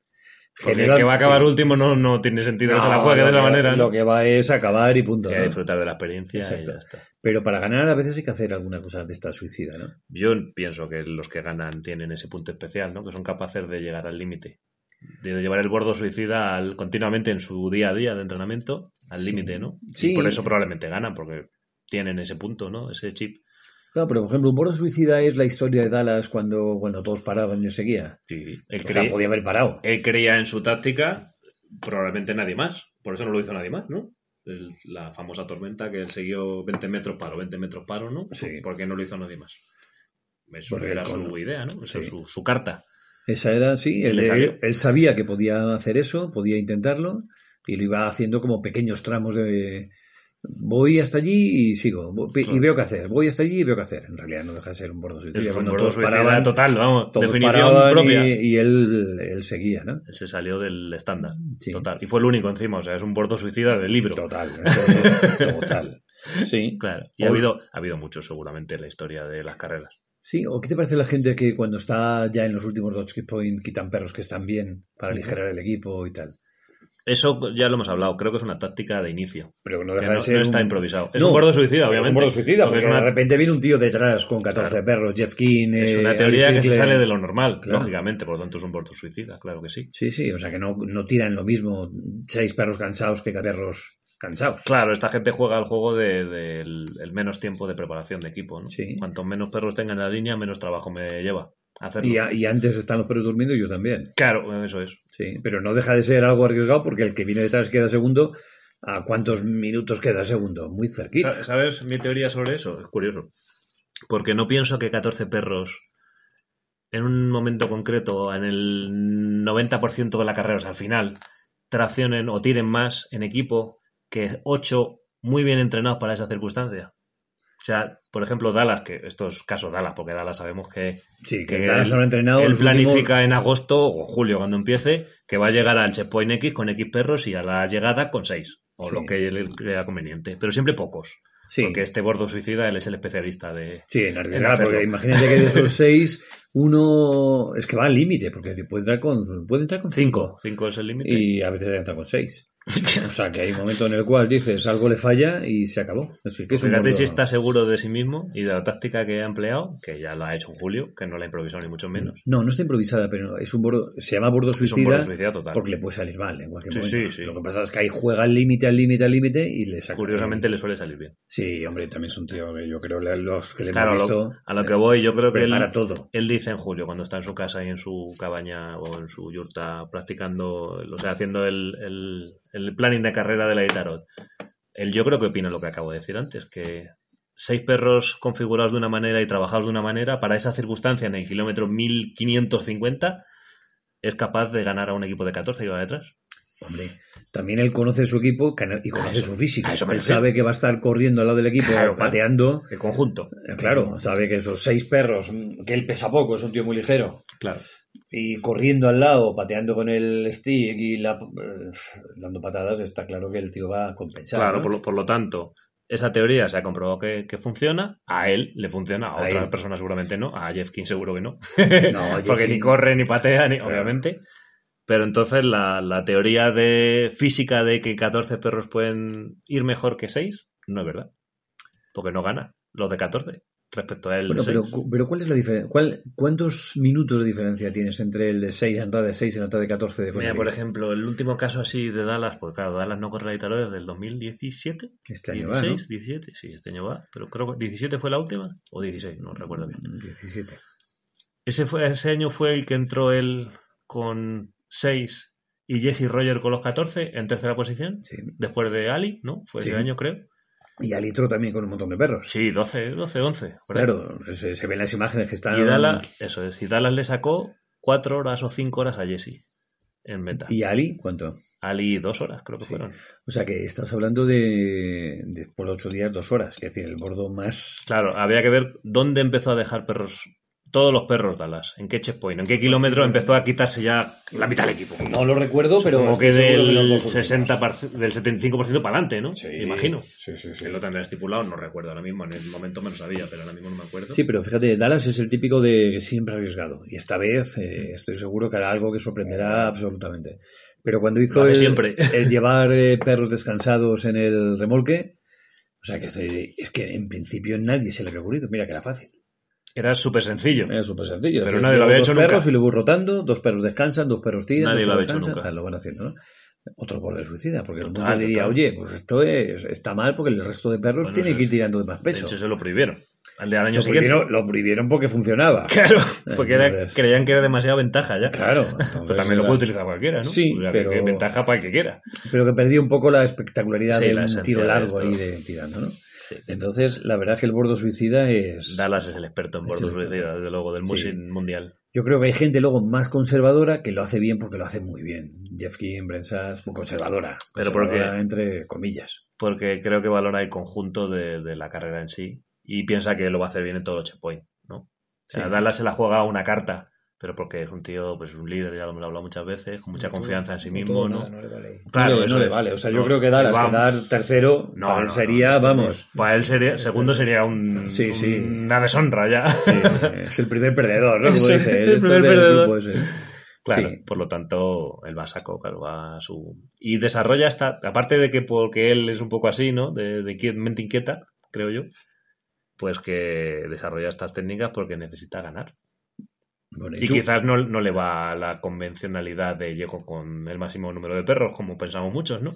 Porque el General, que va a acabar sí. último no, no tiene sentido que se la No, juegue de lo la que- manera. Lo que va es acabar y punto. Que ¿no? disfrutar de la experiencia y Exacto. ya está. Pero para ganar a veces hay que hacer alguna cosa de esta suicida, ¿no? Yo pienso que los que ganan tienen ese punto especial, ¿no? Que son capaces de llegar al límite. De llevar el bordo suicida al- continuamente en su día a día de entrenamiento al límite, ¿no? Y Sí. por eso probablemente ganan, porque tienen ese punto, ¿no? Ese chip. Claro, pero por ejemplo, un bordo suicida es la historia de Dallas cuando, bueno, todos paraban y yo seguía. Sí. Él, O sea, cree- podía haber parado. él creía en su táctica, probablemente nadie más. Por eso no lo hizo nadie más, ¿no? El- la famosa tormenta que él siguió 20 metros paro, 20 metros paro, ¿no? Sí. Porque no lo hizo nadie más. Eso Porque era él su con- idea, ¿no? Esa es Sí. su, su carta. Esa era, sí, Y él, le salió. él- él sabía que podía hacer eso, podía intentarlo, y lo iba haciendo como pequeños tramos de... Voy hasta allí y sigo, vo- pe- y Claro. veo qué hacer, voy hasta allí y veo qué hacer. En realidad no deja de ser un bordo suicida. Eso es un cuando bordo todos suicida paraban, total, vamos, todos definición paraban propia. Y, y él, él seguía, ¿no? Se salió del estándar, Sí. total. Y fue el único encima, o sea, es un bordo suicida del libro. Total, eso, total. Sí. Claro. Y ha Ol- habido, ha habido muchos seguramente en la historia de las carreras. Sí, ¿o qué te parece la gente que cuando está ya en los últimos dos key point quitan perros que están bien para aligerar el equipo y tal? Eso ya lo hemos hablado, creo que es una táctica de inicio. Pero no que deja no, de ser no está un- improvisado. Es No, un bordo suicida, Es obviamente. un bordo Porque suicida, porque es de una, repente viene un tío detrás con 14 Claro. perros, Jeff King. es eh, una teoría Alice que se Winkler. sale de lo normal, Claro. lógicamente, por lo tanto es un bordo suicida, claro que sí. Sí, sí, o sea que no, no tiran lo mismo seis perros cansados que perros cansados. Claro, esta gente juega al juego del de, del- el menos tiempo de preparación de equipo. ¿no? Sí. Cuanto menos perros tenga en la línea, menos trabajo me lleva hacerlo. Y, a- y antes están los perros durmiendo y yo también. Claro, eso es. Sí, pero no deja de ser algo arriesgado porque el que viene detrás queda segundo. ¿A cuántos minutos queda segundo? Muy cerquita. Sa- ¿Sabes mi teoría sobre eso? Es curioso. Porque no pienso que 14 perros en un momento concreto, en el 90% de la carrera, o sea, al final, traccionen o tiren más en equipo que 8 muy bien entrenados para esa circunstancia. O sea, por ejemplo, Dallas, que esto es caso Dallas, porque Dallas sabemos que Sí, que, que Dallas él- habrá entrenado. él los últimos- planifica en agosto o julio, cuando empiece, que va a llegar al checkpoint X con X perros y a la llegada con 6, o Sí. lo que le crea conveniente, pero siempre pocos. Sí. Porque este bordo suicida, él es el especialista de... Sí, en en arriesgar, hacerlo. porque imagínate que de esos seis, uno es que va al límite, porque te puede entrar con, puede entrar con cinco, 5 es el límite. y a veces entra con seis. O sea, que hay un momento en el cual dices algo le falla y se acabó. Es que es un Fíjate bordo- si está seguro de sí mismo y de la táctica que ha empleado, que ya la ha hecho en julio, que no la ha improvisado ni mucho menos. No, no está improvisada, pero es un bordo, se llama bordo Es un bordo suicida suicida total. porque le puede salir mal en cualquier Sí, momento. sí, sí. Lo que pasa es que ahí juega al límite, al límite, al límite y le saca. Eh, Curiosamente le suele salir bien. Sí, hombre, también es un tío que yo creo que los que le Claro, a hemos lo, visto eh, a lo que voy, yo creo que él, prepara todo. Él dice en julio, cuando está en su casa y en su cabaña o en su yurta practicando, o sea, haciendo el, el- el planning de carrera de la de tarot. Él yo creo que opina lo que acabo de decir antes, que seis perros configurados de una manera y trabajados de una manera, para esa circunstancia en el kilómetro 1550, es capaz de ganar a un equipo de 14 que va detrás. Hombre, también él conoce su equipo cana- y conoce su físico. a eso me él refiero. sabe que va a estar corriendo al lado del equipo, Claro, claro. pateando. El conjunto. Eh, Claro, sabe que esos seis perros, mm, que él pesa poco, es un tío muy ligero, Claro. y corriendo al lado, pateando con el stick y la- eh, dando patadas, está claro que el tío va a compensar. Claro, ¿no? por, lo, por lo tanto, esa teoría se ha comprobado que, que funciona. A él le funciona, a, A otra él. persona seguramente no. A Jeff King seguro que no. No, yo Porque sí- ni corre, ni patea, ni, Claro. obviamente. Pero entonces la, la teoría de física de que 14 perros pueden ir mejor que 6 no es verdad. Porque no gana los de 14 respecto a él. Bueno, de pero, seis. cu- pero ¿cuál es la diferencia? ¿Cuál, ¿Cuántos minutos de diferencia tienes entre el de 6 entrada de 6 y la entrada de 14 de Mira, Conakry? por ejemplo, el último caso así de Dallas, porque claro, Dallas no corre la Italo desde el 2017. Este año va, ¿no? 16, 17, sí, este año va, pero creo que 17 fue la última, o 16, no recuerdo bien. 17. Ese, fue, ese año fue el que entró él con 6 y Jesse Roger con los 14 en tercera posición, Sí. después de Ali, ¿no? Fue Sí. ese año, creo. Y Alitro también con un montón de perros. Sí, 12, 12, 11. por ahí. Claro, se, se ven las imágenes que están. Y Dallas, eso es, y Dallas le sacó 4 horas o 5 horas a Jesse en meta. ¿Y Ali, ¿cuánto? Ali 2 horas, creo que fueron. O sea que estás hablando de, de por ocho días, dos horas, que es decir, el bordo más. Claro, había que ver dónde empezó a dejar perros todos los perros Dallas? ¿En qué checkpoint? ¿En qué kilómetro empezó a quitarse ya la mitad del equipo? No lo recuerdo, pero. Como que estoy seguro los del, dos últimos. 60 par- del 75% para adelante, ¿no? Sí. Me Imagino. Sí, sí, sí. Que lo tendrá estipulado, no recuerdo ahora mismo, en el momento me lo sabía, pero ahora mismo no me acuerdo. Sí, pero fíjate, Dallas es el típico de siempre arriesgado. Y esta vez eh, estoy seguro que hará algo que sorprenderá absolutamente. Pero cuando Lo hizo hace el, siempre. el llevar eh, perros descansados en el remolque, o sea, que hace- es que en principio nadie se le había ocurrido. Mira que era fácil. Era súper sencillo. Era súper sencillo. Pero Decir, nadie lo llevo había dos hecho perros nunca. y lo voy rotando, dos perros descansan, dos perros tiran, Nadie dos lo perros había hecho descansan, nunca. tal, lo van haciendo, ¿no? Otro borde suicida, porque el Total, mundo diría, total. oye, pues esto es, está mal porque el resto de perros Bueno, tiene eso que ir es- tirando de más De peso. hecho, se lo prohibieron. Al de al año lo, siguiente. prohibieron, lo prohibieron porque funcionaba. Claro, porque era- Entonces- creían que era demasiada ventaja ya. Claro, Pero entonces también lo era- puede utilizar cualquiera, ¿no? Sí, O sea, pero- que ventaja para el que quiera. pero que perdí un poco la espectacularidad Sí, de la un esencia tiro de largo esto. ahí de tirando, ¿no? Entonces, la verdad es que el bordo suicida es... Dallas es el experto en Es bordos el experto. suicidas, desde luego, del Sí. mushing mundial. Yo creo que hay gente luego más conservadora que lo hace bien porque lo hace muy bien. Jeff King, Brensas, muy pues conservadora. Pero conservadora porque- entre comillas. Porque creo que valora el conjunto de, de la carrera en sí y piensa que lo va a hacer bien en todos los checkpoints, ¿no? O sea, Sí. Dallas se la juega a una carta, pero porque es un tío, pues es un líder, ya lo hemos hablado muchas veces, con mucha confianza en sí No mismo, todo, ¿no? nada, no le vale. Claro, no le, eso no le es. vale. O sea, No, yo creo que dar, vamos. quedar tercero, No, para él no, sería, no, no, vamos, Para él sería, segundo sería un, Sí, sí. una deshonra ya. eh, es el primer perdedor, ¿no? Como Eso, dice, el esto primer del perdedor. grupo ese. Claro, Sí. por lo tanto, él va a saco, claro, va a su... Y desarrolla esta... Aparte de que porque él es un poco así, ¿no? De, de inquiet- mente inquieta, creo yo, pues que desarrolla estas técnicas porque necesita ganar. Bueno, ¿y Y tú? quizás no, no le va a la convencionalidad de llego con el máximo número de perros, como pensamos muchos, ¿no?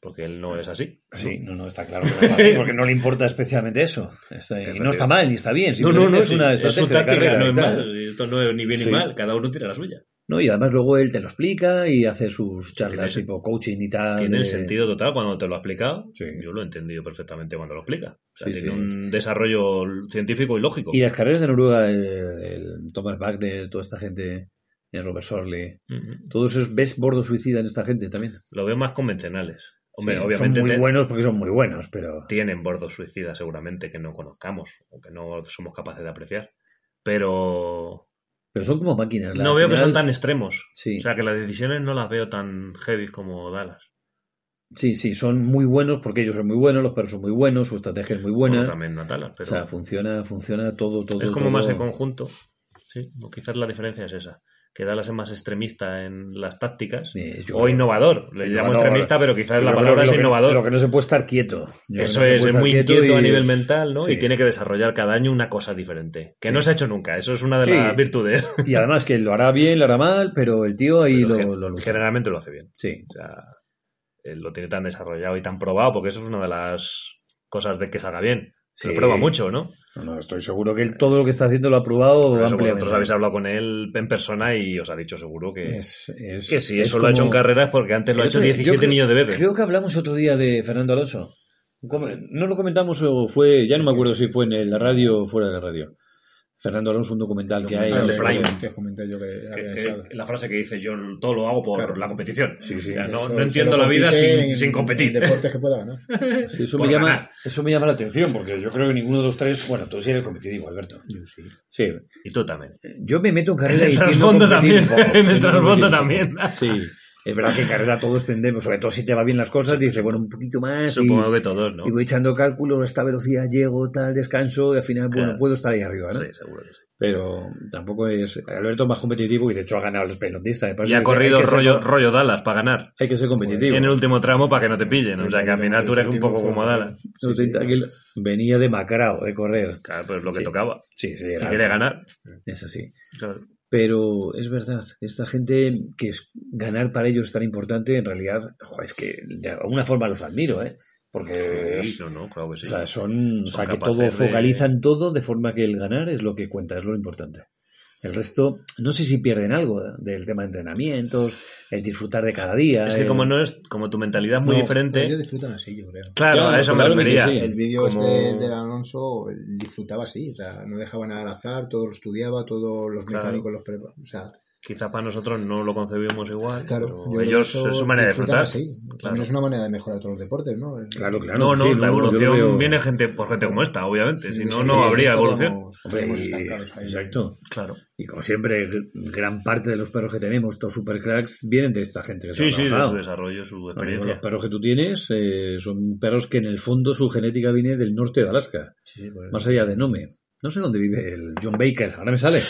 Porque él no es así. Sí, no, no, está claro. que no vale, porque no le importa especialmente eso. Está- y no está mal ni está bien. No, no, no, simplemente es una es su estrategia de táctica, carrera no y es tal. mal. Esto no es ni bien Sí. ni mal, cada uno tira la suya. ¿no? Y además luego él te lo explica y hace sus tiene charlas sen- tipo coaching y tal. Tiene el Ah, de- sentido total cuando te lo ha explicado. Sí. Yo lo he entendido perfectamente cuando lo explica. O sea, Sí, tiene sí. un desarrollo científico y lógico. Y las carreras de Noruega, el, el Thomas Wagner, toda esta gente, el Robert Sorley, Ujú. todos esos ves bordo suicida en esta gente también. Lo veo más convencionales. Hombre, Sí, obviamente Son muy te- buenos porque son muy buenos, pero. tienen bordos suicidas seguramente que no conozcamos o que no somos capaces de apreciar. Pero Pero son como máquinas. Pues la no veo que final- son tan extremos. Sí. O sea, que las decisiones no las veo tan heavy como Dallas. Sí, sí, son muy buenos porque ellos son muy buenos, los perros son muy buenos, su estrategia es muy buena. Bueno, también no Dallas, o pero sea, funciona, funciona todo, todo. es como todo. más en conjunto. Sí, o quizás la diferencia es esa. Que Dallas es más extremista en las tácticas. Eh, yo o innovador. Le llamo Innovador. extremista, pero quizás la Yo creo palabra que es lo que- innovador. Lo que no se puede estar quieto. Yo Eso creo que no se es, puede es estar muy quieto inquieto a y- nivel mental, ¿no? sí. Y tiene que desarrollar cada año una cosa diferente, que no se ha hecho nunca, eso es una de Sí. las virtudes. Y además que lo hará bien, lo hará mal, pero el tío ahí Pero lo, gen- lo lucha. Generalmente lo hace bien, Sí, o sea, él lo tiene tan desarrollado y tan probado, porque eso es una de las cosas de que salga bien. Se Sí. prueba mucho, ¿no? No, no, estoy seguro que él todo lo que está haciendo lo ha probado Por eso ampliamente. vosotros habéis hablado con él en persona y os ha dicho seguro que, Es- es- que sí, es eso lo ha hecho en como- carreras porque antes lo ha Yo hecho creo- 17 yo creo- millones de veces. Creo que hablamos otro día de Fernando Alonso. ¿Cómo- No lo comentamos o fue, ya no me acuerdo si fue en la radio o fuera de la radio. Fernando Alonso, un documental que hay. Ah, el que- Flyman. que os comenté yo que Que- había que echado. la frase que dice yo todo lo hago por Claro. la competición. O sea, no, Eso- no eso entiendo lo la vida compite sin, en- sin competir. en deportes que pueda ganar. Sí, eso, por me llama, ganar. eso me llama la atención porque yo creo que ninguno de los tres. Bueno, tú sí eres competitivo, Alberto. Yo sí. Sí, Y tú también. yo me meto en En carrera y el tiendo a trasfondo competir también. un poco, En el tiendo a trasfondo competir también. un poco. Sí, es verdad que en carrera todos tendemos, sobre todo si te va bien las cosas, dices, bueno, un poquito más. y- Supongo que todos, ¿no? Y voy echando cálculos, a esta velocidad llego, tal, descanso, y al final, bueno, Claro. puedo estar ahí arriba, ¿no? Sí, seguro que sí. Pero tampoco es. Alberto es más competitivo y de hecho ha ganado el pelotista. me parece Y ha que corrido hay que ser- rollo, rollo Dallas para ganar. Hay que ser competitivo. En el último tramo para que no te pillen. O Sí, sea que al sí, final tú eres sí, un poco sí, como sí. Dallas. No, Sí, sí. tranquilo. Venía demacrado de correr. Claro, pues lo que Sí. tocaba. Sí, sí, Si era- quiere ganar. Es así. claro. Pero es verdad, esta gente que es, ganar para ellos es tan importante, en realidad, jo, es que de alguna forma los admiro, ¿eh? Porque Sí, no, no, claro que sí. Pues- o sea, son, Son o sea, que capaces todo de- focalizan todo de forma que el ganar es lo que cuenta, es lo importante. El resto, no sé si pierden algo ¿eh? del tema de entrenamientos, el disfrutar de cada día. Es que el- como no es, como tu mentalidad es muy No, Ellos diferente. disfrutan así, yo creo. Claro, Claro, a eso me probablemente refería. sí. El vídeo Como- este del Alonso él disfrutaba así, o sea, no dejaba nada al azar, todo lo estudiaba, todos los Claro. mecánicos los pre- O sea, Quizás para nosotros no lo concebimos igual, Claro, yo pero creo que ellos eso es su manera de disfrutan disfrutar. así. También Claro. es una manera de mejorar todos los deportes, ¿no? El- Claro, claro. No, no, sí, la yo lo evolución veo- viene gente por gente como esta, obviamente. Si no, no Sí, habría estaríamos- evolución. Hombre, estaríamos y- estancados ahí. exacto. Claro. Y como siempre, gr- gran parte de los perros que tenemos, estos supercracks, vienen de esta gente que se Sí, ha sí, de trabajado. su desarrollo, su Ahora mismo Los experiencia. perros que tú tienes eh, son perros que en el fondo su genética viene del norte de Alaska, Sí, sí, pues- más allá de Nome. No sé dónde vive el John Baker, ahora me sale.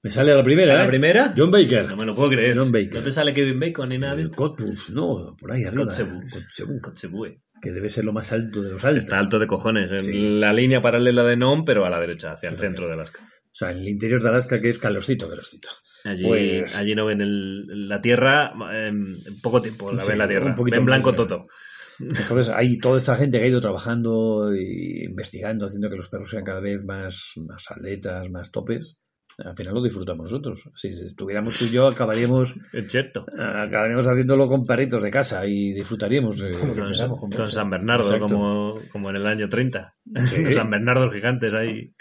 Me sale a la primera. ¿La ¿eh? primera? John Baker. No me lo puedo creer. John Baker. ¿No te sale Kevin Bacon ni nada de este El esto? Cottbus, no, por ahí arriba. Kotzebue. Kotzebue, Kotzebue. Que debe ser lo más alto de los altos. Está alto de cojones. En Sí. la línea paralela de NOM, pero a la derecha, hacia el centro de Alaska. O sea, en el interior de Alaska que es calorcito, calorcito. Allí, Pues- allí no ven el- la tierra, em, en poco tiempo la Sí, ven la tierra. un poquito ven blanco más, todo. Entonces hay toda esta gente que ha ido trabajando e investigando, haciendo que los perros sean cada vez más, más atletas, más topes. Al final lo disfrutamos nosotros. Si estuviéramos tú y yo, acabaríamos, Es cierto. acabaríamos Ah, haciéndolo con perritos de casa y disfrutaríamos. eh, Con, empezamos con con Persa. San Bernardo, Exacto. como, como en el año 30. Sí. Ah, Los San Bernardos gigantes ahí,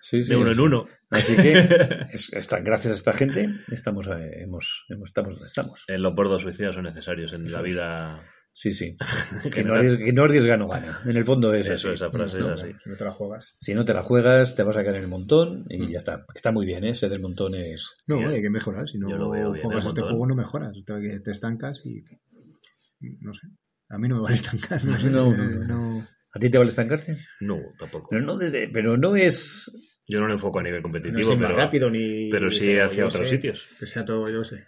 sí, sí, de uno sí. en uno. Así que, es- está- gracias a esta gente, estamos, eh, hemos, hemos, estamos donde estamos. Eh, Los bordos suicidas son necesarios en la vida. Sí, sí. en Que no general. arriesga, que no arriesga, no gana. En el fondo es Eso, así. esa frase No, es no. así. Si no te la juegas. Si no te la juegas, te vas a caer en el montón Mm. y ya está. Está muy bien, ¿eh? Ser del montón es... No, Bien. hay que mejorar. Si no Yo lo veo bien, juegas el este montón. juego, no mejoras. Te, te estancas y. No sé. A mí no me vale estancar. No, sé, No, eh, no, no. no. ¿A ti te vale estancarte? No, tampoco. Pero no, desde- pero no es... Yo no lo enfoco a nivel No competitivo, soy más pero, rápido ni. pero sí pero hacia yo otros sé, sitios. Que sea todo, yo sé.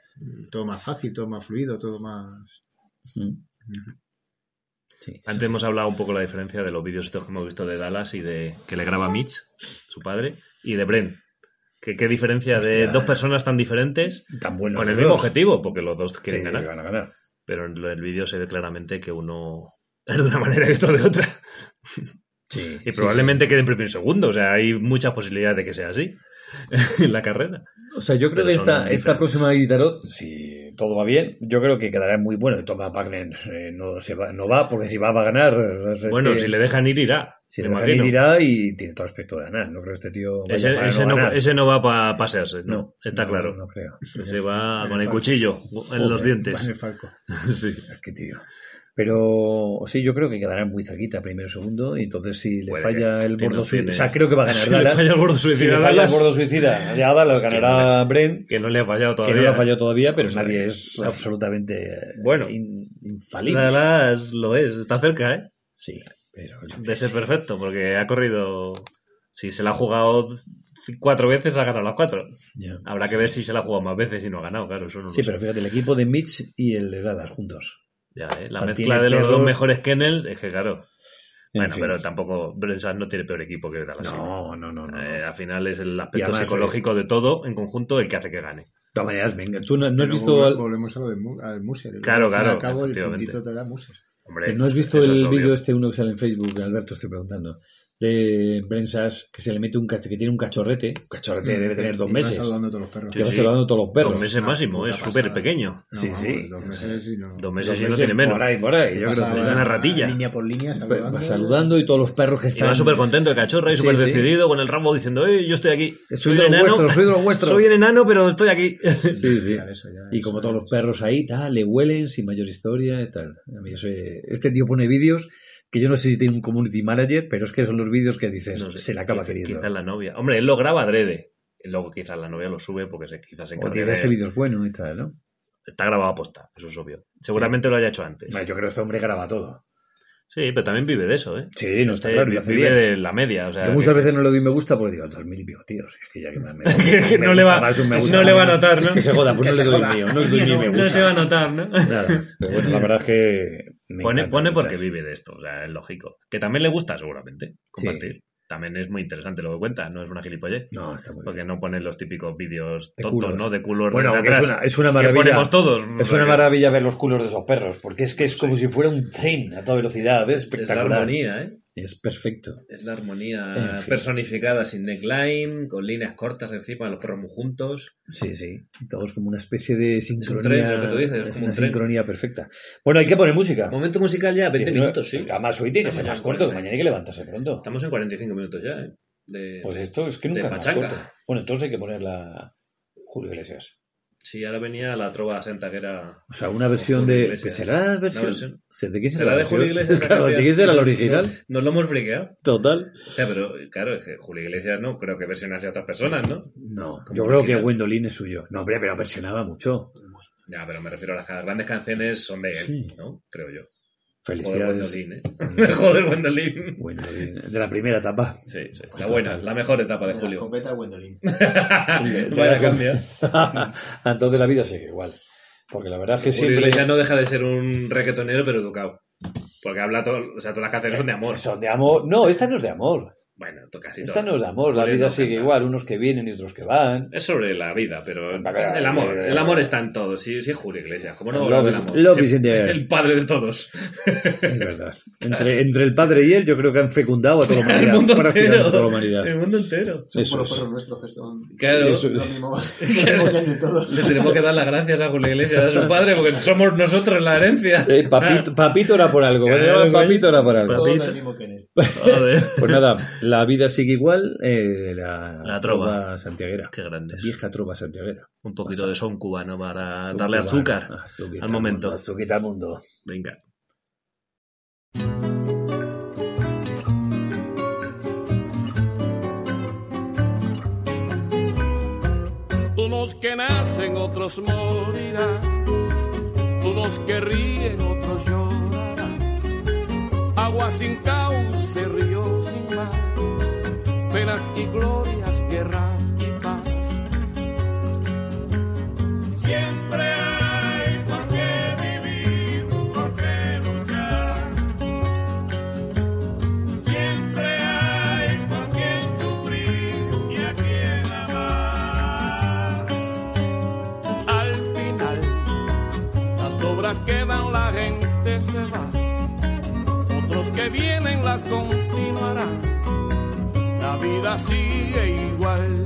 Todo más fácil, todo más fluido, todo más. Mm. Sí, Antes hemos hablado un poco la diferencia de los vídeos estos que hemos visto de Dallas y de que le graba Mitch, su padre, y de Brent. ¿Qué, qué diferencia de Hostia. dos personas tan diferentes tan bueno. con el mismo objetivo? Porque los dos que quieren ganar. van a ganar. Pero en el vídeo se ve claramente que uno es de una manera y otro de otra. Sí, Y sí, probablemente quede en primer segundo. O sea, hay muchas posibilidades de que sea así en la carrera. sí. O sea, yo creo pero que son esta, esta diferentes. próxima Guitarot, si todo va bien, yo creo que quedará muy bueno. Y Thomas Wagner eh, no, se va, no va, porque si va, va a ganar. O sea, es bueno, que- si le dejan ir, irá. si me le dejan imagino. ir, irá y tiene todo aspecto de ganar. No creo que este tío vaya Ese, para ese no no, ganar. ese no va para pasearse, no, No, está no, claro. No creo. Ese va el con el Falcon. cuchillo en los Joder, Va dientes. en el Falco. Sí. Es que tío. Pero sí, yo creo que quedará muy cerquita primero segundo. Y entonces si le Puede falla que- el si bordo no suicida. tiene- O sea, creo que va a ganar Si le Dallas. falla el gordo si le suicida, falla el Dallas, bordo suicida ya Dallas ganará Brent, que no le ha fallado que todavía. no lo ha fallado todavía, pero Vale. nadie es absolutamente eh, Bueno. in- infalible. Dallas lo es, está cerca, ¿eh? Sí, pero yo De qué ser sé. perfecto, porque ha corrido. Si se la ha jugado c- cuatro veces, ha ganado las cuatro. Ya. Habrá que ver si se la ha jugado más veces y no ha ganado, claro, eso Ah, no lo Sí, sé. pero fíjate, el equipo de Mitch y el de Dallas juntos. Ya, ¿eh? La O sea, mezcla tiene de los perros- dos mejores kennels es que, claro. En Bueno, fin. pero tampoco. Brensan no tiene peor equipo que Dallas. sí. No, no, no. no. Eh, de al final es el aspecto además, psicolológico de todo en conjunto el que hace que gane. todas maneras, venga, tú no, no has Pero visto. vol- al- Volvemos a lo de Mu- al Muser. Claro, Al fin y claro, Al cabo, el efectivamente. puntito te da Muser. Hombre, ¿No has visto eh, eso es el obvio. vídeo este uno que sale en Facebook, Alberto, estoy preguntando? De Brensas que se le mete un cach- que tiene un cachorrete. Un Mm, cachorrete debe tener dos Y vas meses. saludando a todos los perros. Sí, que va sí. saludando a todos los perros. Dos meses una máximo, puta es súper pasada. pequeño. No, sí, vamos, sí. Dos meses y no. Dos Dos meses y no meses tiene menos. Por ahí, por ahí. Yo creo Pasaba que una ratilla. Línea por línea, Pues, saludando. va saludando y todos los perros Y que están. va súper contento el cachorro y Sí, súper sí. decidido con el ramo diciendo, "Eh, yo estoy aquí. Soy de los vuestros, soy de los vuestros. Soy el enano, pero estoy aquí. Sí, sí. Claro, eso ya Y es- como todos los es- perros ahí, tal, le huelen sin mayor historia y tal. A mí eso, eh, este tío pone vídeos que yo no sé si tiene un community manager, pero es que son los vídeos que dices, No sé, se le acaba quizá- queriendo. Quizás la novia. Hombre, él lo graba adrede. Luego quizás la novia lo sube porque se, quizás se o encargue dices, de- este vídeo es bueno y tal, ¿no? Está grabado a posta, eso es obvio. Seguramente lo haya hecho antes. Yo creo que este hombre graba todo. Sí, pero también vive de eso, ¿eh? Sí, no está Este claro, lo hace vive bien. de la media. O sea, Yo muchas que- veces no le doy me gusta porque digo, dos mil y pico, tío. si Es que ya que me, me- que me no le gusta va- más un me que gusta. no le va a notar, ¿no? Que se joda, pues no Que le se doy joda. mío, no le doy ni me gusta. No se va a notar, ¿no? Claro. Pero bueno, la verdad es que. me Pone, encanta, pone o sea, porque vive de esto, o sea, es lógico. Que también le gusta, seguramente, compartir. También es muy interesante lo que cuenta, no es una gilipollez. No, está muy bien. Porque no ponen los típicos vídeos De tontos, culos. ¿no? De culos Bueno, de que es atrás. una, es una que maravilla. ponemos todos. Es una maravilla ver los culos de esos perros, porque es que es como si fuera un tren a toda velocidad, Es es la espectacular. armonía, ¿eh? Es perfecto. Es la armonía En fin. personificada, sin neckline, con líneas cortas encima, los perros muy juntos. Sí, sí. Todos como una especie de sincronía. tren, lo que tú dices, es es como una un tren. sincronía perfecta. Bueno, hay que poner música. Momento musical ya, 20 19, minutos, sí. porque Además, hoy tiene que ser Estamos más en corto, que 40. mañana hay que levantarse pronto. Estamos en 45 minutos ya, ¿eh? De- Pues esto es que de nunca es más pachanga. corto. Bueno, entonces hay que poner la Julio Iglesias. Sí, ahora venía la trova santa, que era. O sea, una versión Julio de. Iglesias. ¿Pues será la versión? versión. O sea, ¿De quién será ¿Será la de Julio versión? Iglesias la Claro, canción? ¿de quién será la original? Nos lo hemos friqueado. Total. Ya, pero claro, es que Julio Iglesias no, creo que versionase a otras personas, ¿no? No, Como yo creo que original. Gwendolyn es suyo. No, hombre, pero versionaba mucho. Ya, pero me refiero a las, las grandes canciones son de él, Sí. ¿no? Creo yo. Joder, Felicidades. Wendolin, ¿eh? Joder, Wendolin. Gwendolyn. De la primera etapa. Sí, sí. La buena, la mejor etapa de La Julio. escopeta al Wendolin. Ah, Vaya cambia. Entonces la vida sigue igual. Porque la verdad es que Julio siempre. Iglesias no deja de ser un reggaetonero, pero educado. Porque habla todo, o sea, todas las canciones son de amor. Son de amor. No, esta no es de amor. Bueno, to- casi Esta todas. no es de amor. La Julio vida no sigue canta. igual. Unos que vienen y otros que van. Es sobre la vida, pero Va, pero- el amor, el amor está en todo. Sí, sí es Julio Iglesias, ¿cómo no va a eh, Love hablar is- del amor? love is Sí, in the air. El padre de todos. Es verdad. Entre, entre el padre y él, yo creo que han fecundado a toda la El humanidad. mundo prácticamente entero. a toda la humanidad. El mundo entero. Son como Eso los es. perros nuestros que son. Claro. Eso Lo es. mismo. lo mismo que hay de todos. Le tenemos que dar las gracias a Julio Iglesias, a su padre, porque somos nosotros la herencia. Eh, papito, papito era por algo. Cuando Claro, llamaban güey. papito era por algo. Todos Papito. del mismo que en él. Joder. Pues nada, la vida sigue igual. eh, la, La trova. santiaguera. Qué grande. La vieja trova santiaguera. Un poquito de son cubano para Son Ah, darle cubanos. azúcar. Azuquita al momento. mundo, azuquita al mundo. Venga. Unos que nacen, otros morirán. Unos que ríen, otros llorarán. Agua sin cauce, río sin mar. Penas y glorias, guerras y paz. Siempre hay por qué vivir, por qué luchar. Siempre hay por quien sufrir y a quien amar. Al final, las obras quedan, la gente se va. Otros que vienen las continuarán. La vida sigue igual.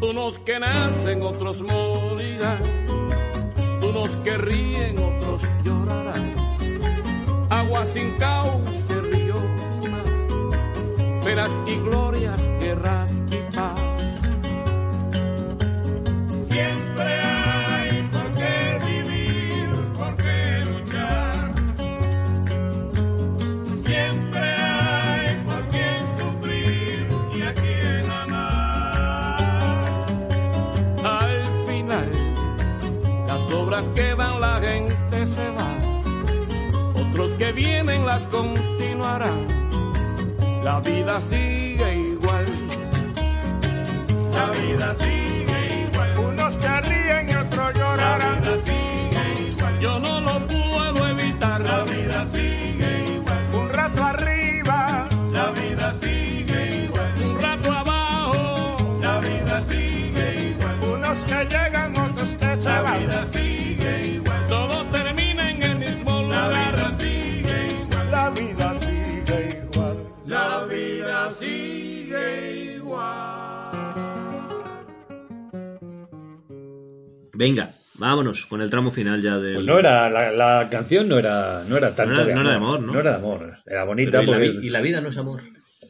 Unos que nacen, otros morirán. Unos que ríen, otros llorarán. Agua sin cauce, río sin mar. Penas y glorias, guerras y paz. Siempre hay por qué vivir, por qué luchar. Siempre hay por qué sufrir y a quien amar. Al final, las obras quedan, la gente se va. Otros que vienen las continuarán. La vida sigue igual. La vida sigue igual. Unos que ríen y otros llorarán. La vida sigue igual. Yo no lo puedo evitar. La vida sigue igual. Un rato arriba. La vida sigue igual. Un rato abajo. La vida sigue igual. Unos que llegan, otros que se van. La vida sigue igual. Todo termina en el mismo lugar. La vida sigue igual. La vida sigue igual. La vida sigue igual. Venga, vámonos con el tramo final ya del. Pues no era, la, la canción no era, no era tanto No era- de no era amor. de amor, ¿no? era de amor. Era bonita Pero y, la, porque vi- y la vida no es amor.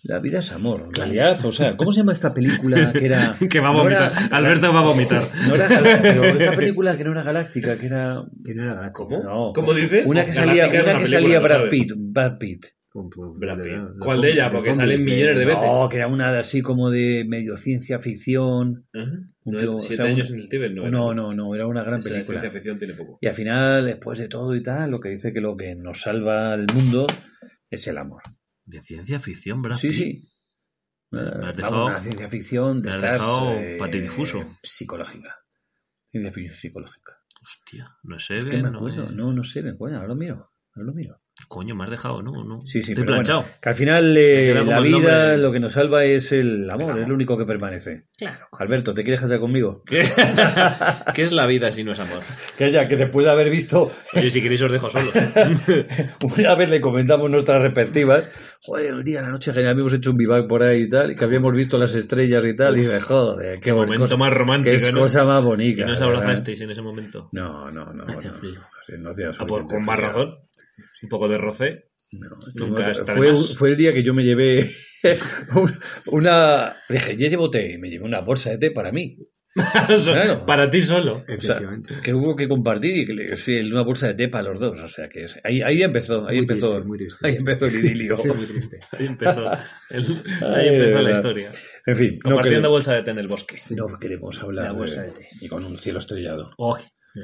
la vida es amor. En realidad, o sea, ¿cómo se llama esta película que era... que va a no era- vomitar. Alberto va a vomitar. No era galá- pero esta película que no era galáctica, que era... Que no era galáctico. ¿Cómo? No. ¿Cómo dices? Una que salía, ¿Eh? Galáctica es una que película, salía ¿no Brad sabes? Pitt. Brad Pitt. Con- con- Brad Pitt. de- ¿Cuál de ella? Porque zombies, salen millones de veces. No, que era una de así como de medio ciencia ficción. Ajá. Un No, tío, siete o sea, años un- en el Tíbet no. No, era. no, no, era una gran Esa película. ciencia ficción tiene poco. Y al final, después de todo y tal, lo que dice que lo que nos salva al mundo es el amor. De ciencia ficción, Brad Sí, Pitt. sí. has Vamos, dejado- una ciencia ficción de me has estas, dejado eh, patidifuso. psicológica. Ciencia ficción psicológica. Hostia, no sé. Es que me acuerdo, no, no sé, me acuerdo, ahora lo miro, ahora lo miro. Coño, me has dejado, ¿no? no. Sí, sí, Estoy pero planchado. bueno, que al final eh, Queda como la el nombre vida del- lo que nos salva es el amor, es lo único que permanece. Claro. Alberto, ¿te quieres casar conmigo? ¿Qué? ¿Qué es la vida si no es amor? Que ya, que después de haber visto, Oye, si queréis os dejo solo. una vez le comentamos nuestras respectivas, joder, el día, la noche genial, habíamos hecho un vivac por ahí y tal, y que habíamos visto las estrellas y tal, y dije, joder, qué buena momento cosa, más romántico, ¿eh? que es ¿no? cosa más Y bonita. no os la verdad. abrazasteis en ese momento. No, no, no. Hacía no, frío. no, no hacía Ah, por, absolutamente con más frío. razón. Un poco de roce. No, Nunca está de fue, más. fue el día que yo me llevé un- una. Dije, ya llevo té, y me llevé una bolsa de té para mí. Claro. Para ti solo. O sea, Efectivamente. que hubo que compartir y que le- sí, una bolsa de té para los dos. O sea que es- ahí, ahí empezó, ahí Muy empezó. triste, muy triste. Ahí empezó el idilio. Sí, muy triste. Ahí empezó, el- Ay, ahí de empezó verdad. la historia. En fin, no Compartiendo queremos, bolsa de té en el bosque. no queremos hablar La bolsa de té. Y con un cielo estrellado. Oh, Uy,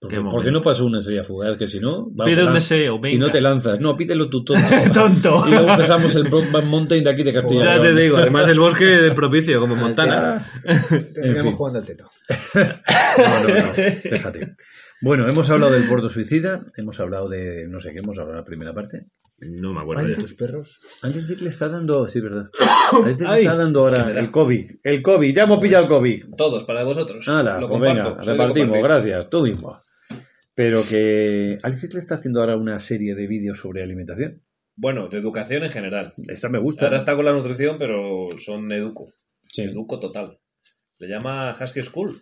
Porque, Qué ¿por momento. qué no pasó una estrella fugaz? Que si no. va- Pide un lan- deseo, Si venga. no te lanzas. No, pídelo tú todo. ¡Tonto! Y luego empezamos el Brockman Mountain de aquí de Ah, Castilla. Ya te digo, además el bosque de propicio, como Montana. Terminamos En fin. jugando al teto. No, no, no, déjate. Bueno, hemos hablado del puerto suicida, hemos hablado de, no sé qué, hemos hablado de la primera parte. No me acuerdo. Ay, ya. tus perros. Alex Dick le está dando, sí, verdad. Alex Dick le está dando ahora el COVID. El COVID, ya hemos pillado el COVID. Todos, para vosotros. Hala, Lo pues comparto, venga, soy de repartimos, ¿eh? compartir. gracias, tú mismo. Pero que Alex Dick le está haciendo ahora una serie de vídeos sobre alimentación. Bueno, de educación en general. Esta me gusta. Ahora está con la nutrición, pero son educo. Sí. Educo total. Le llama Husky School.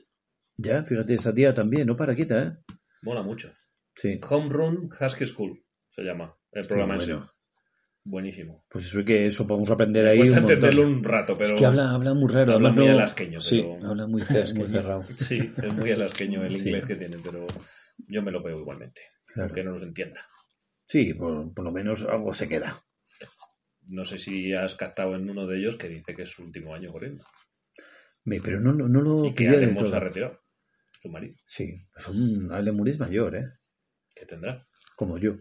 Ya, fíjate, esa tía también, no para quieta, ¿eh? Mola mucho. Sí. Home Run Husky School se llama el programa en sí. Bueno, Buenísimo. Pues eso que eso podemos aprender ahí. Cuesta un montón. entenderlo un rato, pero. Es que habla, habla muy raro. habla muy no- alasqueño, Sí, pero- habla muy, cer- muy cerrado. Sí, es muy alasqueño el Sí. inglés que tiene, pero yo me lo veo igualmente. Claro. Aunque no los entienda. Sí, por, por lo menos algo se queda. No sé si has captado en uno de ellos que dice que es su último año corriendo. Ve, Pero no, no, no y lo que pillé del Ademo se ha todo. retirado. Su marido, Sí, es un Alemur es mayor, ¿eh? que tendrá. Como yo.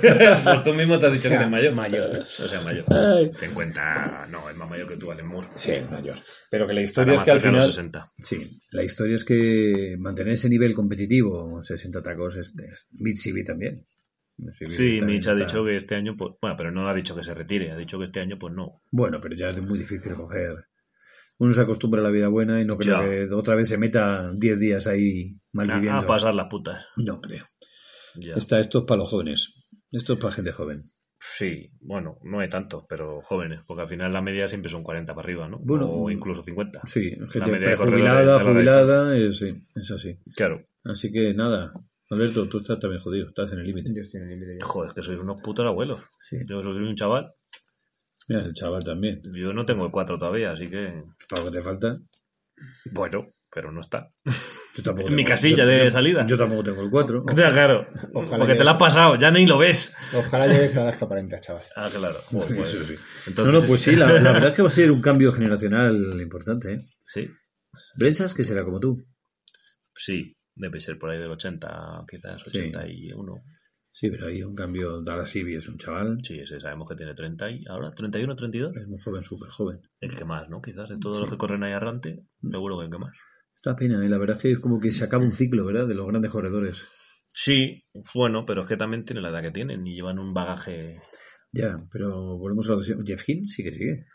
pues tú mismo te has dicho que eres mayor. mayor. O sea, mayor. Ah. Ay. Ten cuenta, no, es más mayor que tú, Alan Moore. Sí, es mayor. Pero que la Ahora historia es más que al cerca de los final... 60. Sí, la historia es que mantener ese nivel competitivo, 60 tacos, es, es Mitsubishi también. Mitsubishi Sí, también Mitch ha está- dicho que este año, pues, bueno, pero no ha dicho que se retire, ha dicho que este año, pues no. Bueno, pero ya es muy difícil coger. Uno se acostumbra a la vida buena y no creo Ya. que otra vez se meta 10 días ahí mal A, viviendo. a Ah, pasar las putas. No creo. Ya. Está, esto es para los jóvenes. Esto es para gente joven. Sí, bueno, no hay tantos, pero jóvenes, porque al final la media siempre son 40 para arriba, ¿no? Bueno, mm, o incluso 50. Sí, gente media de corredores prejubilada, de larga jubilada, eh, sí, es así. Claro. Así que nada, Alberto, tú estás también jodido, estás en el límite. Yo estoy en el límite ya. eh, Joder, es que sois unos putos abuelos. Sí. Yo soy un chaval, Mira, el chaval también. yo no tengo el 4 todavía, así que. Para lo que te falta. Bueno, pero no está. Yo tampoco En mi tengo- casilla yo- de yo- salida. Yo tampoco tengo el 4. Ya, claro, porque te llegues. lo has pasado, ya ni lo ves. Ojalá llegues a las que aparentas, chaval. Ah, claro. Joder, pues, Eso sí. entonces- no, no, pues sí, la, la verdad es que va a ser un cambio generacional importante. ¿eh? Sí, ¿Brensas que será como tú? sí, debe ser por ahí del 80, quizás Sí. 81. Sí, pero hay un cambio. Darasivi es un chaval. Sí, ese sabemos que tiene 30 y ahora 31, 32. Es muy joven, súper joven. El que más, ¿no? Quizás de todos los que corren ahí errante, Mm. seguro que el que más. Está pena, ¿eh? la verdad es que es como que se acaba un ciclo, ¿verdad? De los grandes corredores. Sí, bueno, pero es que también tiene la edad que tienen y llevan un bagaje. Ya, pero volvemos a lo de siempre. Jeff Hill sí que sigue.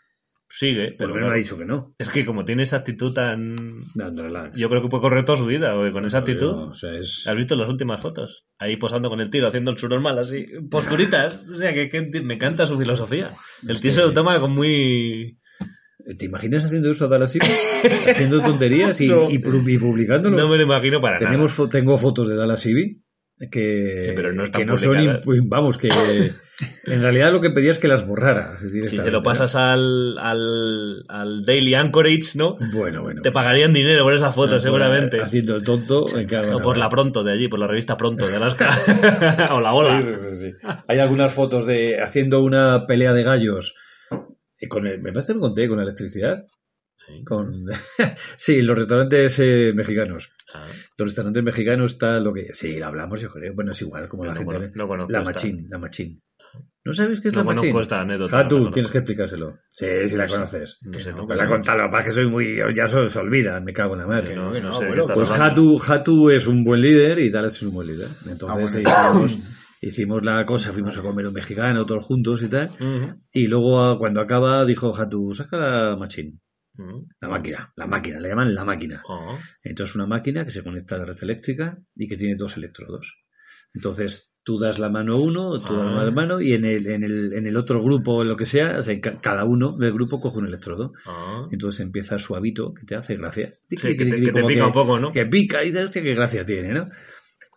Sigue, Por pero lo menos ha claro, dicho que no. es que como tiene esa actitud tan. No, no, relax. Yo creo que puede correr toda su vida, porque con esa actitud. No, o sea, es... ¿Has visto las últimas fotos? Ahí posando con el tiro, haciendo el normal así, posturitas. O sea, que, que me encanta su filosofía. El tío se lo toma con muy... ¿Te imaginas haciendo eso a Darasivi? haciendo tonterías y, No. y pu- y publicándolo. No me lo imagino para Tenemos nada. fo- tengo fotos de Dallas Ivy que, Sí, pero no están que no son publicadas. impu- vamos que en realidad lo que pedía es que las borrara Si se lo pasas al, al, al Daily Anchorage, ¿no? bueno bueno Te pagarían dinero por esas fotos, Por- seguramente. haciendo el tonto en cada O por la Pronto de allí, por la revista Pronto de Alaska. o la Ola. Sí, sí, sí, sí. hay algunas fotos de haciendo una pelea de gallos eh, con el- me parece que lo conté con la electricidad con sí los restaurantes eh, mexicanos Ah, los restaurantes mexicanos está lo que sí hablamos yo creo bueno es igual como yo la no, gente ¿eh? cono- no conozco la esta- machín la machín no sabes qué es No la machín conozco esta anécdota. Ah, no la tú conozco. tienes que explicárselo. Sí, sí la conoces. Pues No sé, no, La conozco. contalo, para que soy muy. Ya se os olvida, me cago en la madre. No, que no no, sé de abuelo. qué estás Pues hablando. Hatu, Hatu es un buen líder y Dallas es un buen líder. Entonces Ah, bueno. ellos, Hicimos la cosa, fuimos a comer un mexicano todos juntos y tal. Y luego a- cuando acaba dijo Jatu, saca la machine, la máquina, la máquina, le llaman la máquina. Ah, Entonces una máquina que se conecta a la red eléctrica y que tiene dos electrodos. Entonces tú das la mano a uno, tú das la mano Ah. a mano y en el, en el, en el otro grupo o lo que sea, o sea, ca- cada uno del grupo coge un electrodo. Entonces empieza suavito, que te hace gracia. ah. Sí, que te, que te pica un poco, ¿no? Que pica y dices, "Hostia, qué gracia tiene, ¿no?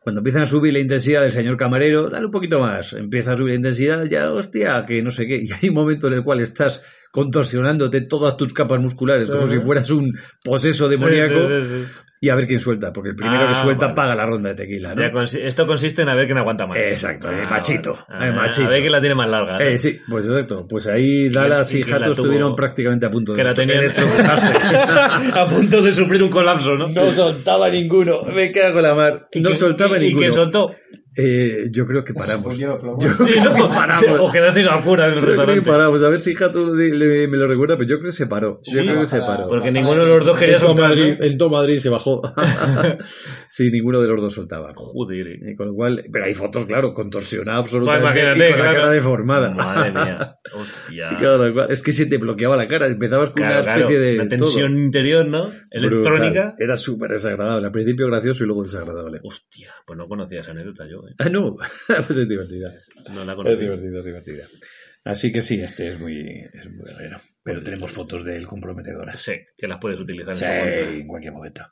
Cuando empiezan a subir la intensidad del señor camarero, dale un poquito más. Empieza a subir la intensidad, ya, hostia, que no sé qué. Y hay un momento en el cual estás contorsionándote todas tus capas musculares, como si fueras un poseso demoníaco, Sí, sí, sí, sí. y a ver quién suelta, porque el primero Ah, que suelta vale. paga la ronda de tequila, ¿no? Ya consi- esto consiste en a ver quién aguanta más. Ah, Exacto, el machito, vale. el machito. A ver quién la tiene más larga. ¿no? Eh, sí, pues exacto. Pues ahí Dallas y y, que la Jato tuvo- estuvieron prácticamente a punto de que la tenían- electrocutarse. a punto de sufrir un colapso, ¿no? No soltaba ninguno. Me cago en la mar. ¿Y No quién- soltaba y- ¿Y ninguno. quién soltó? Eh, yo creo que paramos. Pues Yo lo plomo. Yo Sí, creo no, que sí, Os paramos. quedasteis a fuera del Yo creo que restaurante. paramos. A ver si Jato le- le- me lo recuerda, pero yo creo que se paró. Yo creo que se bajada- paró. Porque ninguno de los dos quería ¿eh? En todo soltar. ¿no? Madrid, en todo Madrid se bajó. sí, ninguno de los dos soltaba. Joder. eh. Y con lo cual, pero hay fotos, claro, contorsionada absolutamente. Pues y imagínate, con la claro. cara deformada. Madre mía. Hostia. Y claro, lo cual- es que se te bloqueaba la cara. Empezabas con Claro, una claro, especie de. Una tensión interior, ¿no? todo. Electrónica. Brutal. Era súper desagradable. Al principio gracioso y luego desagradable. Hostia, pues no conocía esa anécdota yo, ¿eh? Ah, no. pues es divertida. No la Es conocía. divertida, es divertida. Así que sí, este es muy, es muy guerrero. Pero tenemos fotos de él comprometedoras. Sí, que las puedes utilizar en Sí, ese momento. en cualquier momento.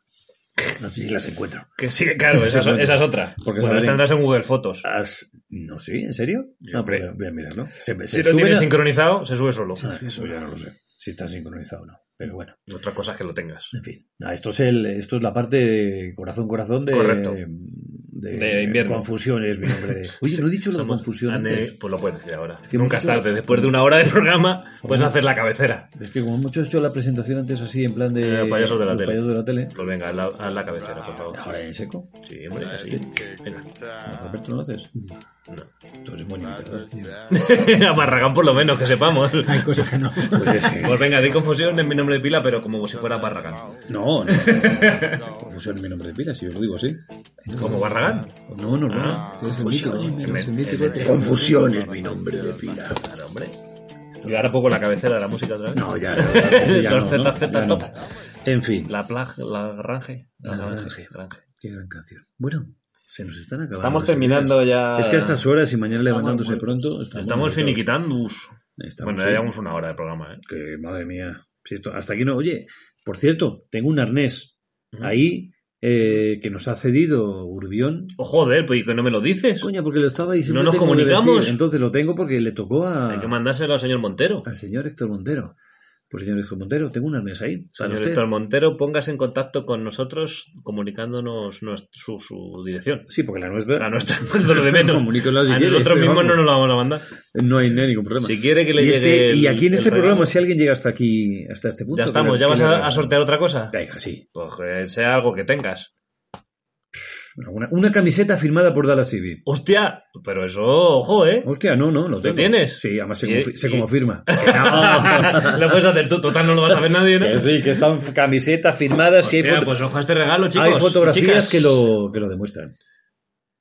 No sé si las encuentro. Que sí, claro, esa, es- Exacto. esa es otra. Porque Porque bueno, la las ley- tendrás en Google Fotos. Has- No, sí, ¿en serio? Ah, hombre. pues voy a mirarlo. Se, se Si lo suben tienes a- sincronizado, se sube solo. Ah, eso ya no lo sé. Si está sincronizado o no. Pero bueno, Otra cosa es que lo tengas. en fin. Ah, esto, es el, esto es la parte de corazón, corazón de, Correcto. de, De invierno. Confusiones, mi hombre. Oye, no he dicho lo de Somos confusión ane- antes. Pues lo puedes decir ahora. Que hemos Nunca es hecho- tarde. Después de una hora de programa, puedes hacer la cabecera. Es que como hemos hecho la presentación antes así, en plan de... Eh, payasos de la los tele. payasos de la tele. Pues venga, haz la, haz la cabecera, por favor. Ahora en seco. Sí, hombre, así. Venga. Alberto no lo haces. Ah. No. Ah, Tú eres buen imitador. A Barragán por lo menos, que sepamos. Hay cosas que no. Pues venga, di confusión en mi nombre de pila, pero como si fuera Barragán. No, no. no. Confusión en mi nombre de pila, si yo lo digo así. ¿Como Barragán? No, no, no. Ah, Es mítico. en vez- en vez de- Confusión es mi nombre de pila. Claro, hombre. Y ahora pongo la cabecera de la música otra vez. No, ya no. ya no, Los ¿no? Z, Z, Ya no. top. En fin. La plag, la granje. La, La granje, granje. granje. Qué gran canción. Bueno, se nos están acabando. Estamos las terminando ideas. ya. Es que a estas horas y mañana Estamos levantándose muertos. pronto. Estamos muertos. finiquitando. us. Estamos, Bueno, sí. ya llevamos una hora de programa, ¿eh? Que madre mía. Si esto, hasta aquí no. Oye, por cierto, tengo un arnés ahí eh, que nos ha cedido Urbión. Oh, joder, pues ¿y que no me lo dices. Coña, porque lo estaba y siempre No nos tengo que comunicamos. decir. Entonces lo tengo porque le tocó a, Hay que mandárselo al señor Montero. al señor Héctor Montero. Pues señor Héctor Montero, tengo un arnés ahí. Para Señor usted. Héctor Montero, póngase en contacto con nosotros comunicándonos nues- su, su dirección. Sí, porque la nuestra. A nuestra, lo de menos. Comuníquela si a quiere, nosotros pero mismos vamos. no nos la vamos a mandar. No hay, no hay ningún problema. Si quiere que le y, llegue. este- y el- aquí en el este regalo. programa, si alguien llega hasta aquí, hasta este punto. Ya estamos, que- ya vas que le- a, a sortear otra cosa. Venga, sí. Pues que sea algo que tengas. Una, una camiseta firmada por Dallas Civil. ¡Hostia! Pero eso, ojo, ¿eh? Hostia, no, no, lo tengo. tienes? Sí, además sé, Y- cómo, fi- sé y- cómo firma. Que no. lo puedes hacer tú, total, no lo vas a ver nadie, ¿no? Que sí, que están camisetas firmadas y hay, Hostia, foto- pues ojo a este regalo, chicos. hay fotografías chicas. que lo, que lo demuestran.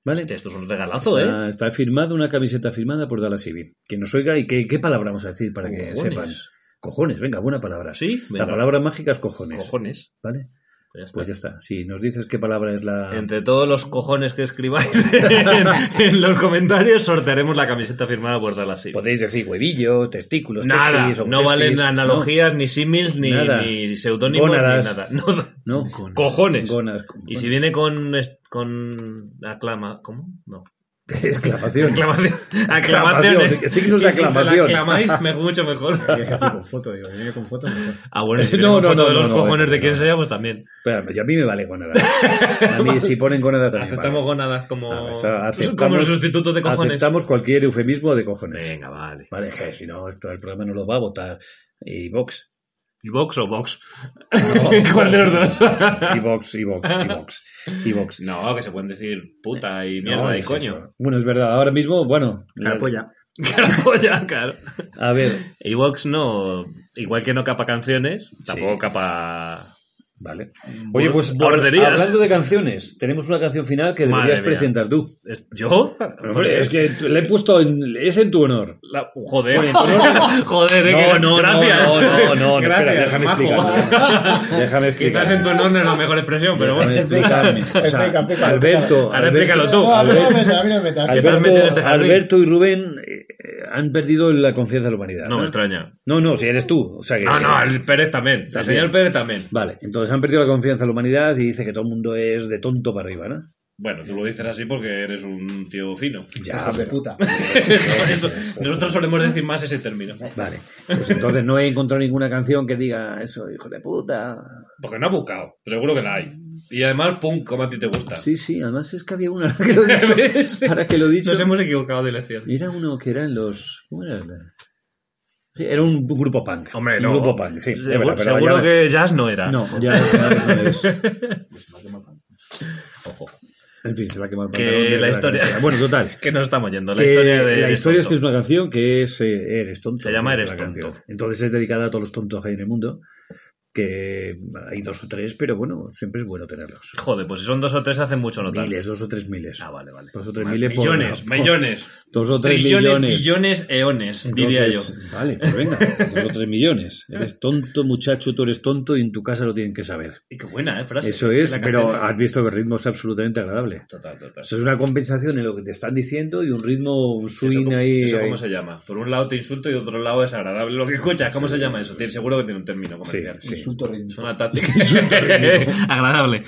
¿Vale? Hostia, esto es un regalazo, ¿eh? Ah, Está, está firmada una camiseta firmada por Dallas Civil. Que nos oiga y qué, qué palabra vamos a decir para que Cojones. sepan. Cojones, venga, buena palabra. Sí, venga. La palabra mágica es cojones. Cojones. ¿Vale? Pues ya está. Pues ya está. Si nos dices qué palabra es la. Entre todos los cojones que escribáis en, en los comentarios, sortearemos la camiseta firmada por Dallas Civil. Podéis decir huevillo, testículos, Nada, testis, o no valen testis, analogías, ni símiles, ni, Nada. ni seudónimos, ni Gónadas. nada. No, No, no. cojones. Gonas. Y si viene con, est- con aclama, ¿cómo? No. Exclamación. Aclamación. Aclamación, Aclamaciones. signos de Y si te la aclamación. aclamáis, me- mucho mejor. con foto, digo, viene con foto. Ah, bueno, si No, no, no, no, no, de los no, cojones no, de quien no. sea, pues también. Espérame, yo a mí me vale gonadas. A mí si ponen gonadas también. Aceptamos vale. gonadas Pues como, Ah, eso, aceptamos- como el sustituto de cojones. Aceptamos cualquier eufemismo de cojones. Venga, vale. Vale, je, si no, esto el programa no lo va a votar. Y Vox. ¿Y Vox o Vox? ¿Cuál de los dos? Y Vox, y Vox, y Vox. Y Vox. no, que se pueden decir puta y mierda No, y es coño. Ah, pues. eso. Bueno, es verdad. Ahora mismo, bueno. La polla. Claro, ya, claro. A ver, Y Vox no, igual que no capa canciones, tampoco Sí. capa Vale. Oye, pues Bor- borderías. hablando de canciones, tenemos una canción final que Madre deberías mía. presentar tú. ¿Es- ¿Yo? Ah, Hombre, es que tú- le he puesto en, es en tu honor. La- joder, entonces- joder, eh, que- gracias. No, no, no, no, espera, Gracias, déjame majo. explicar. Déjame explicar. Quizás en tu honor no es la mejor expresión, pero Déjame bueno. explicarme. O sea, Explica, explica. Alberto, Ahora Alberto- explícalo tú. No, a mí no me Alberto- metas, a mí no me metas. ¿Qué te has metido en este Alberto, jardín? Alberto y Rubén eh, eh, han perdido la confianza de la humanidad. No me extraña. No, no, si eres tú. O sea que, No, no, el Pérez también. El señor Pérez también. Vale, entonces han perdido la confianza en la humanidad y dice que todo el mundo es de tonto para arriba, ¿no? Bueno, tú lo dices así porque eres un tío fino. Ya, Hijos de puta. Por eso, nosotros solemos decir más ese término. Vale, pues entonces no he encontrado ninguna canción que diga eso, hijo de puta. Porque no ha buscado, pero seguro que la hay. Y además, pum, como a ti te gusta. Sí, sí, además es que había una que lo he dicho. Ahora que lo he dicho. Nos hemos equivocado de elección. Era uno que eran los. ¿Cómo era? Sí, era un grupo punk. Hombre, un no. grupo punk, sí. es Seguro, verdad, pero seguro ya- que jazz no era. No, ya, ya no es. Ojo. En fin, se va a quemar el Que pantalón de la historia- cantera. Bueno, total. Que no estamos yendo. La que historia de. la de historia es que es Tonto. una canción que es eh, Eres tonto. Se llama Eres La tonto. canción. Entonces es dedicada a todos los tontos que hay en el mundo. Que hay dos o tres, pero bueno, siempre es bueno tenerlos. Joder, pues si son dos o tres, hacen mucho notar. Miles, dos o tres miles. Ah, vale, vale. Dos o tres miles por- Millones, por- millones. Dos o tres Trillones, millones. billones, eones, diría yo. Entonces, Vale, pues venga, dos o tres millones. Eres tonto, muchacho, tú eres tonto y en tu casa lo tienen que saber. Y qué buena, ¿eh? Frase. Eso es, La pero canción. has visto que el ritmo es absolutamente agradable. Total, total. O sea, es una compensación en lo que te están diciendo y un ritmo un ¿Eso swing cómo- ahí. ¿Eso ahí. cómo se llama? Por un lado te insulto y otro lado es agradable lo que escuchas. ¿Cómo se llama eso? Tiene, seguro que tiene un término comercial. Sí. Insulto rítmico. Es una táctica. Agradable.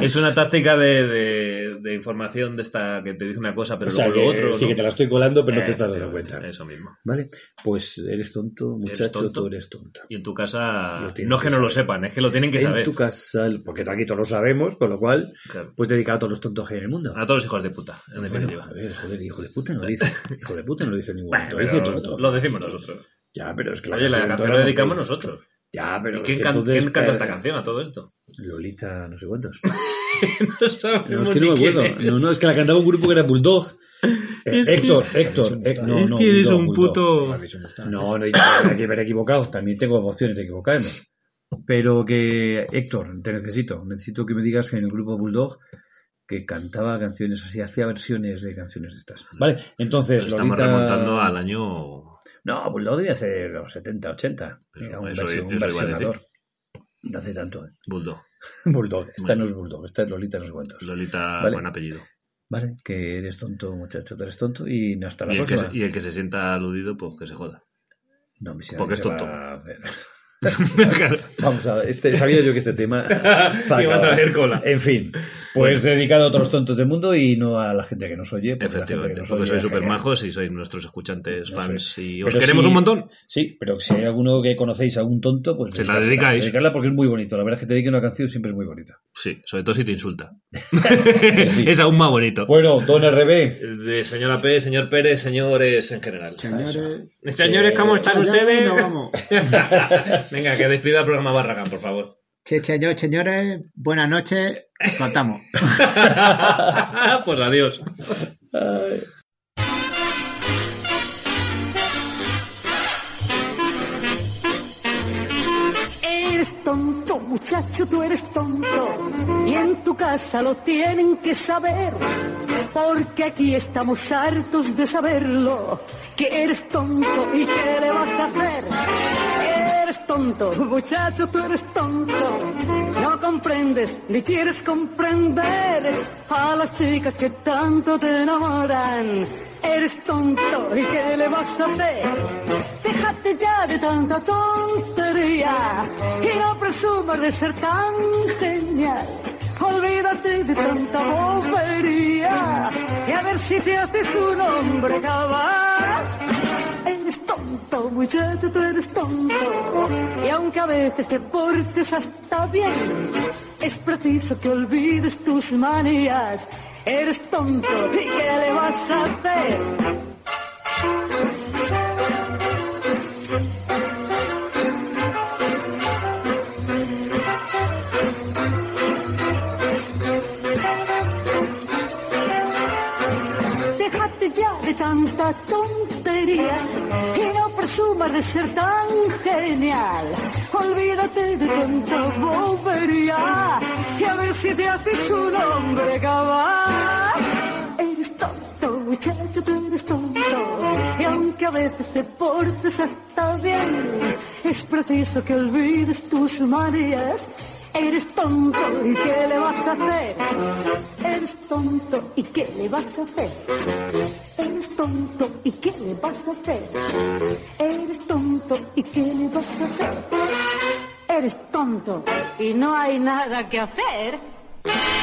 Es una táctica de, de- de información de esta que te dice una cosa, pero O sea, luego que- lo otro. sí ¿no? que te la estoy colando, pero no Eh, te estás dando cuenta. Eso mismo. Vale, pues eres tonto, muchacho, tonto. tú eres tonto. Y en tu casa. No Lo es que tienen no que lo saber. sepan, es que lo tienen que en saber. tu casa, porque aquí todos lo sabemos, con lo cual, Claro. pues dedicado a todos los tontos que hay en el mundo. A todos los hijos de puta, Ah, en definitiva. Bueno, a ver, joder, hijo de puta no lo dice. Hijo de puta no lo dice en ningún momento. Pero dice lo, tonto. lo decimos nosotros. Ya, pero es que Oye, la canción era la dedicamos muy- nosotros. Ya, pero. ¿Y quién, es que can- entonces, quién canta eh, esta canción a todo esto? Lolita, no sé cuántos. No sabemos No, es que no ni me quién acuerdo. es. No, no, es que la cantaba un grupo que era Bulldog. Eh, Es que- Héctor, Héctor. Es Hec- no, no, que eres Bulldog, un Bulldog. puto. Habéis insultado. No, no, y hay que haber equivocado. También tengo opciones de equivocarme. Pero que, Héctor, te necesito. Necesito que me digas en el grupo Bulldog que cantaba canciones así, hacía versiones de canciones de estas. Vale, entonces. Estamos Lolita- remontando al año No, Bulldog debía ser los 70, 80. Eso- Era un, eso- versi- un eso iba a decir. versionador. No hace tanto. ¿eh? Bulldog. Bulldog. Esta Bueno. no es Bulldog, esta es Lolita, no sé cuántos. Lolita, Vale. buen apellido. Vale, que eres tonto, muchacho, tú eres tonto y hasta la Y el, que próxima. se, y el que se sienta aludido, pues que se joda. No, mi señora, porque es ¿qué se tonto. va a hacer? Vamos a ver, este, sabía yo que este tema Iba a traer cola. En fin, pues dedicado a todos los tontos del mundo y no a la gente que nos oye. porque la gente que Efectivamente, nos porque oye sois es súper genial. majos y sois nuestros escuchantes, Eso fans. es. Y os Pero queremos sí- un montón. Sí, pero si hay alguno que conocéis a un tonto, pues Se la dedicársela. dedicáis. Dedicarla porque es muy bonito. La verdad es que te dediquen una canción siempre es muy bonita. Sí, sobre todo si te insulta. es aún más bonito. Bueno, don RB, De señora P, señor Pérez, señores en general. Señores, Señores, ¿cómo están allá ustedes? nos vamos. Venga, que despida el programa Barragán, por favor. Che, señor, señores, buenas noches. Matamos. pues adiós. Eres tonto, muchacho, tú eres tonto. Y en tu casa lo tienen que saber. Porque aquí estamos hartos de saberlo. Que eres tonto y qué le vas a hacer. Eres tonto, muchacho, tú eres tonto. No comprendes ni quieres comprender a las chicas que tanto te enamoran. Eres tonto y qué le vas a hacer. Déjate ya de tanta tontería y no presumas de ser tan genial. Olvídate de tanta bobería y a ver si te haces un hombre cabal. Eres tonto, muchacho, tú eres tonto. Y aunque a veces te portes hasta bien, es preciso que olvides tus manías. Eres tonto, ¿y qué le vas a hacer? Déjate ya de tanta tontería y no presumas presumas de ser tan genial. Olvídate de tanta bobería y a ver si te haces un hombre cabal. Eres tonto, muchacho, tú eres tonto. Y aunque a veces te portes hasta bien, es preciso que olvides tus manías. Eres tonto, ¿y qué le vas a hacer? Eres tonto, ¿y qué le vas a hacer? Eres tonto, ¿y qué le vas a hacer? Eres tonto, ¿y qué le vas a hacer? Eres tonto, y no hay nada que hacer.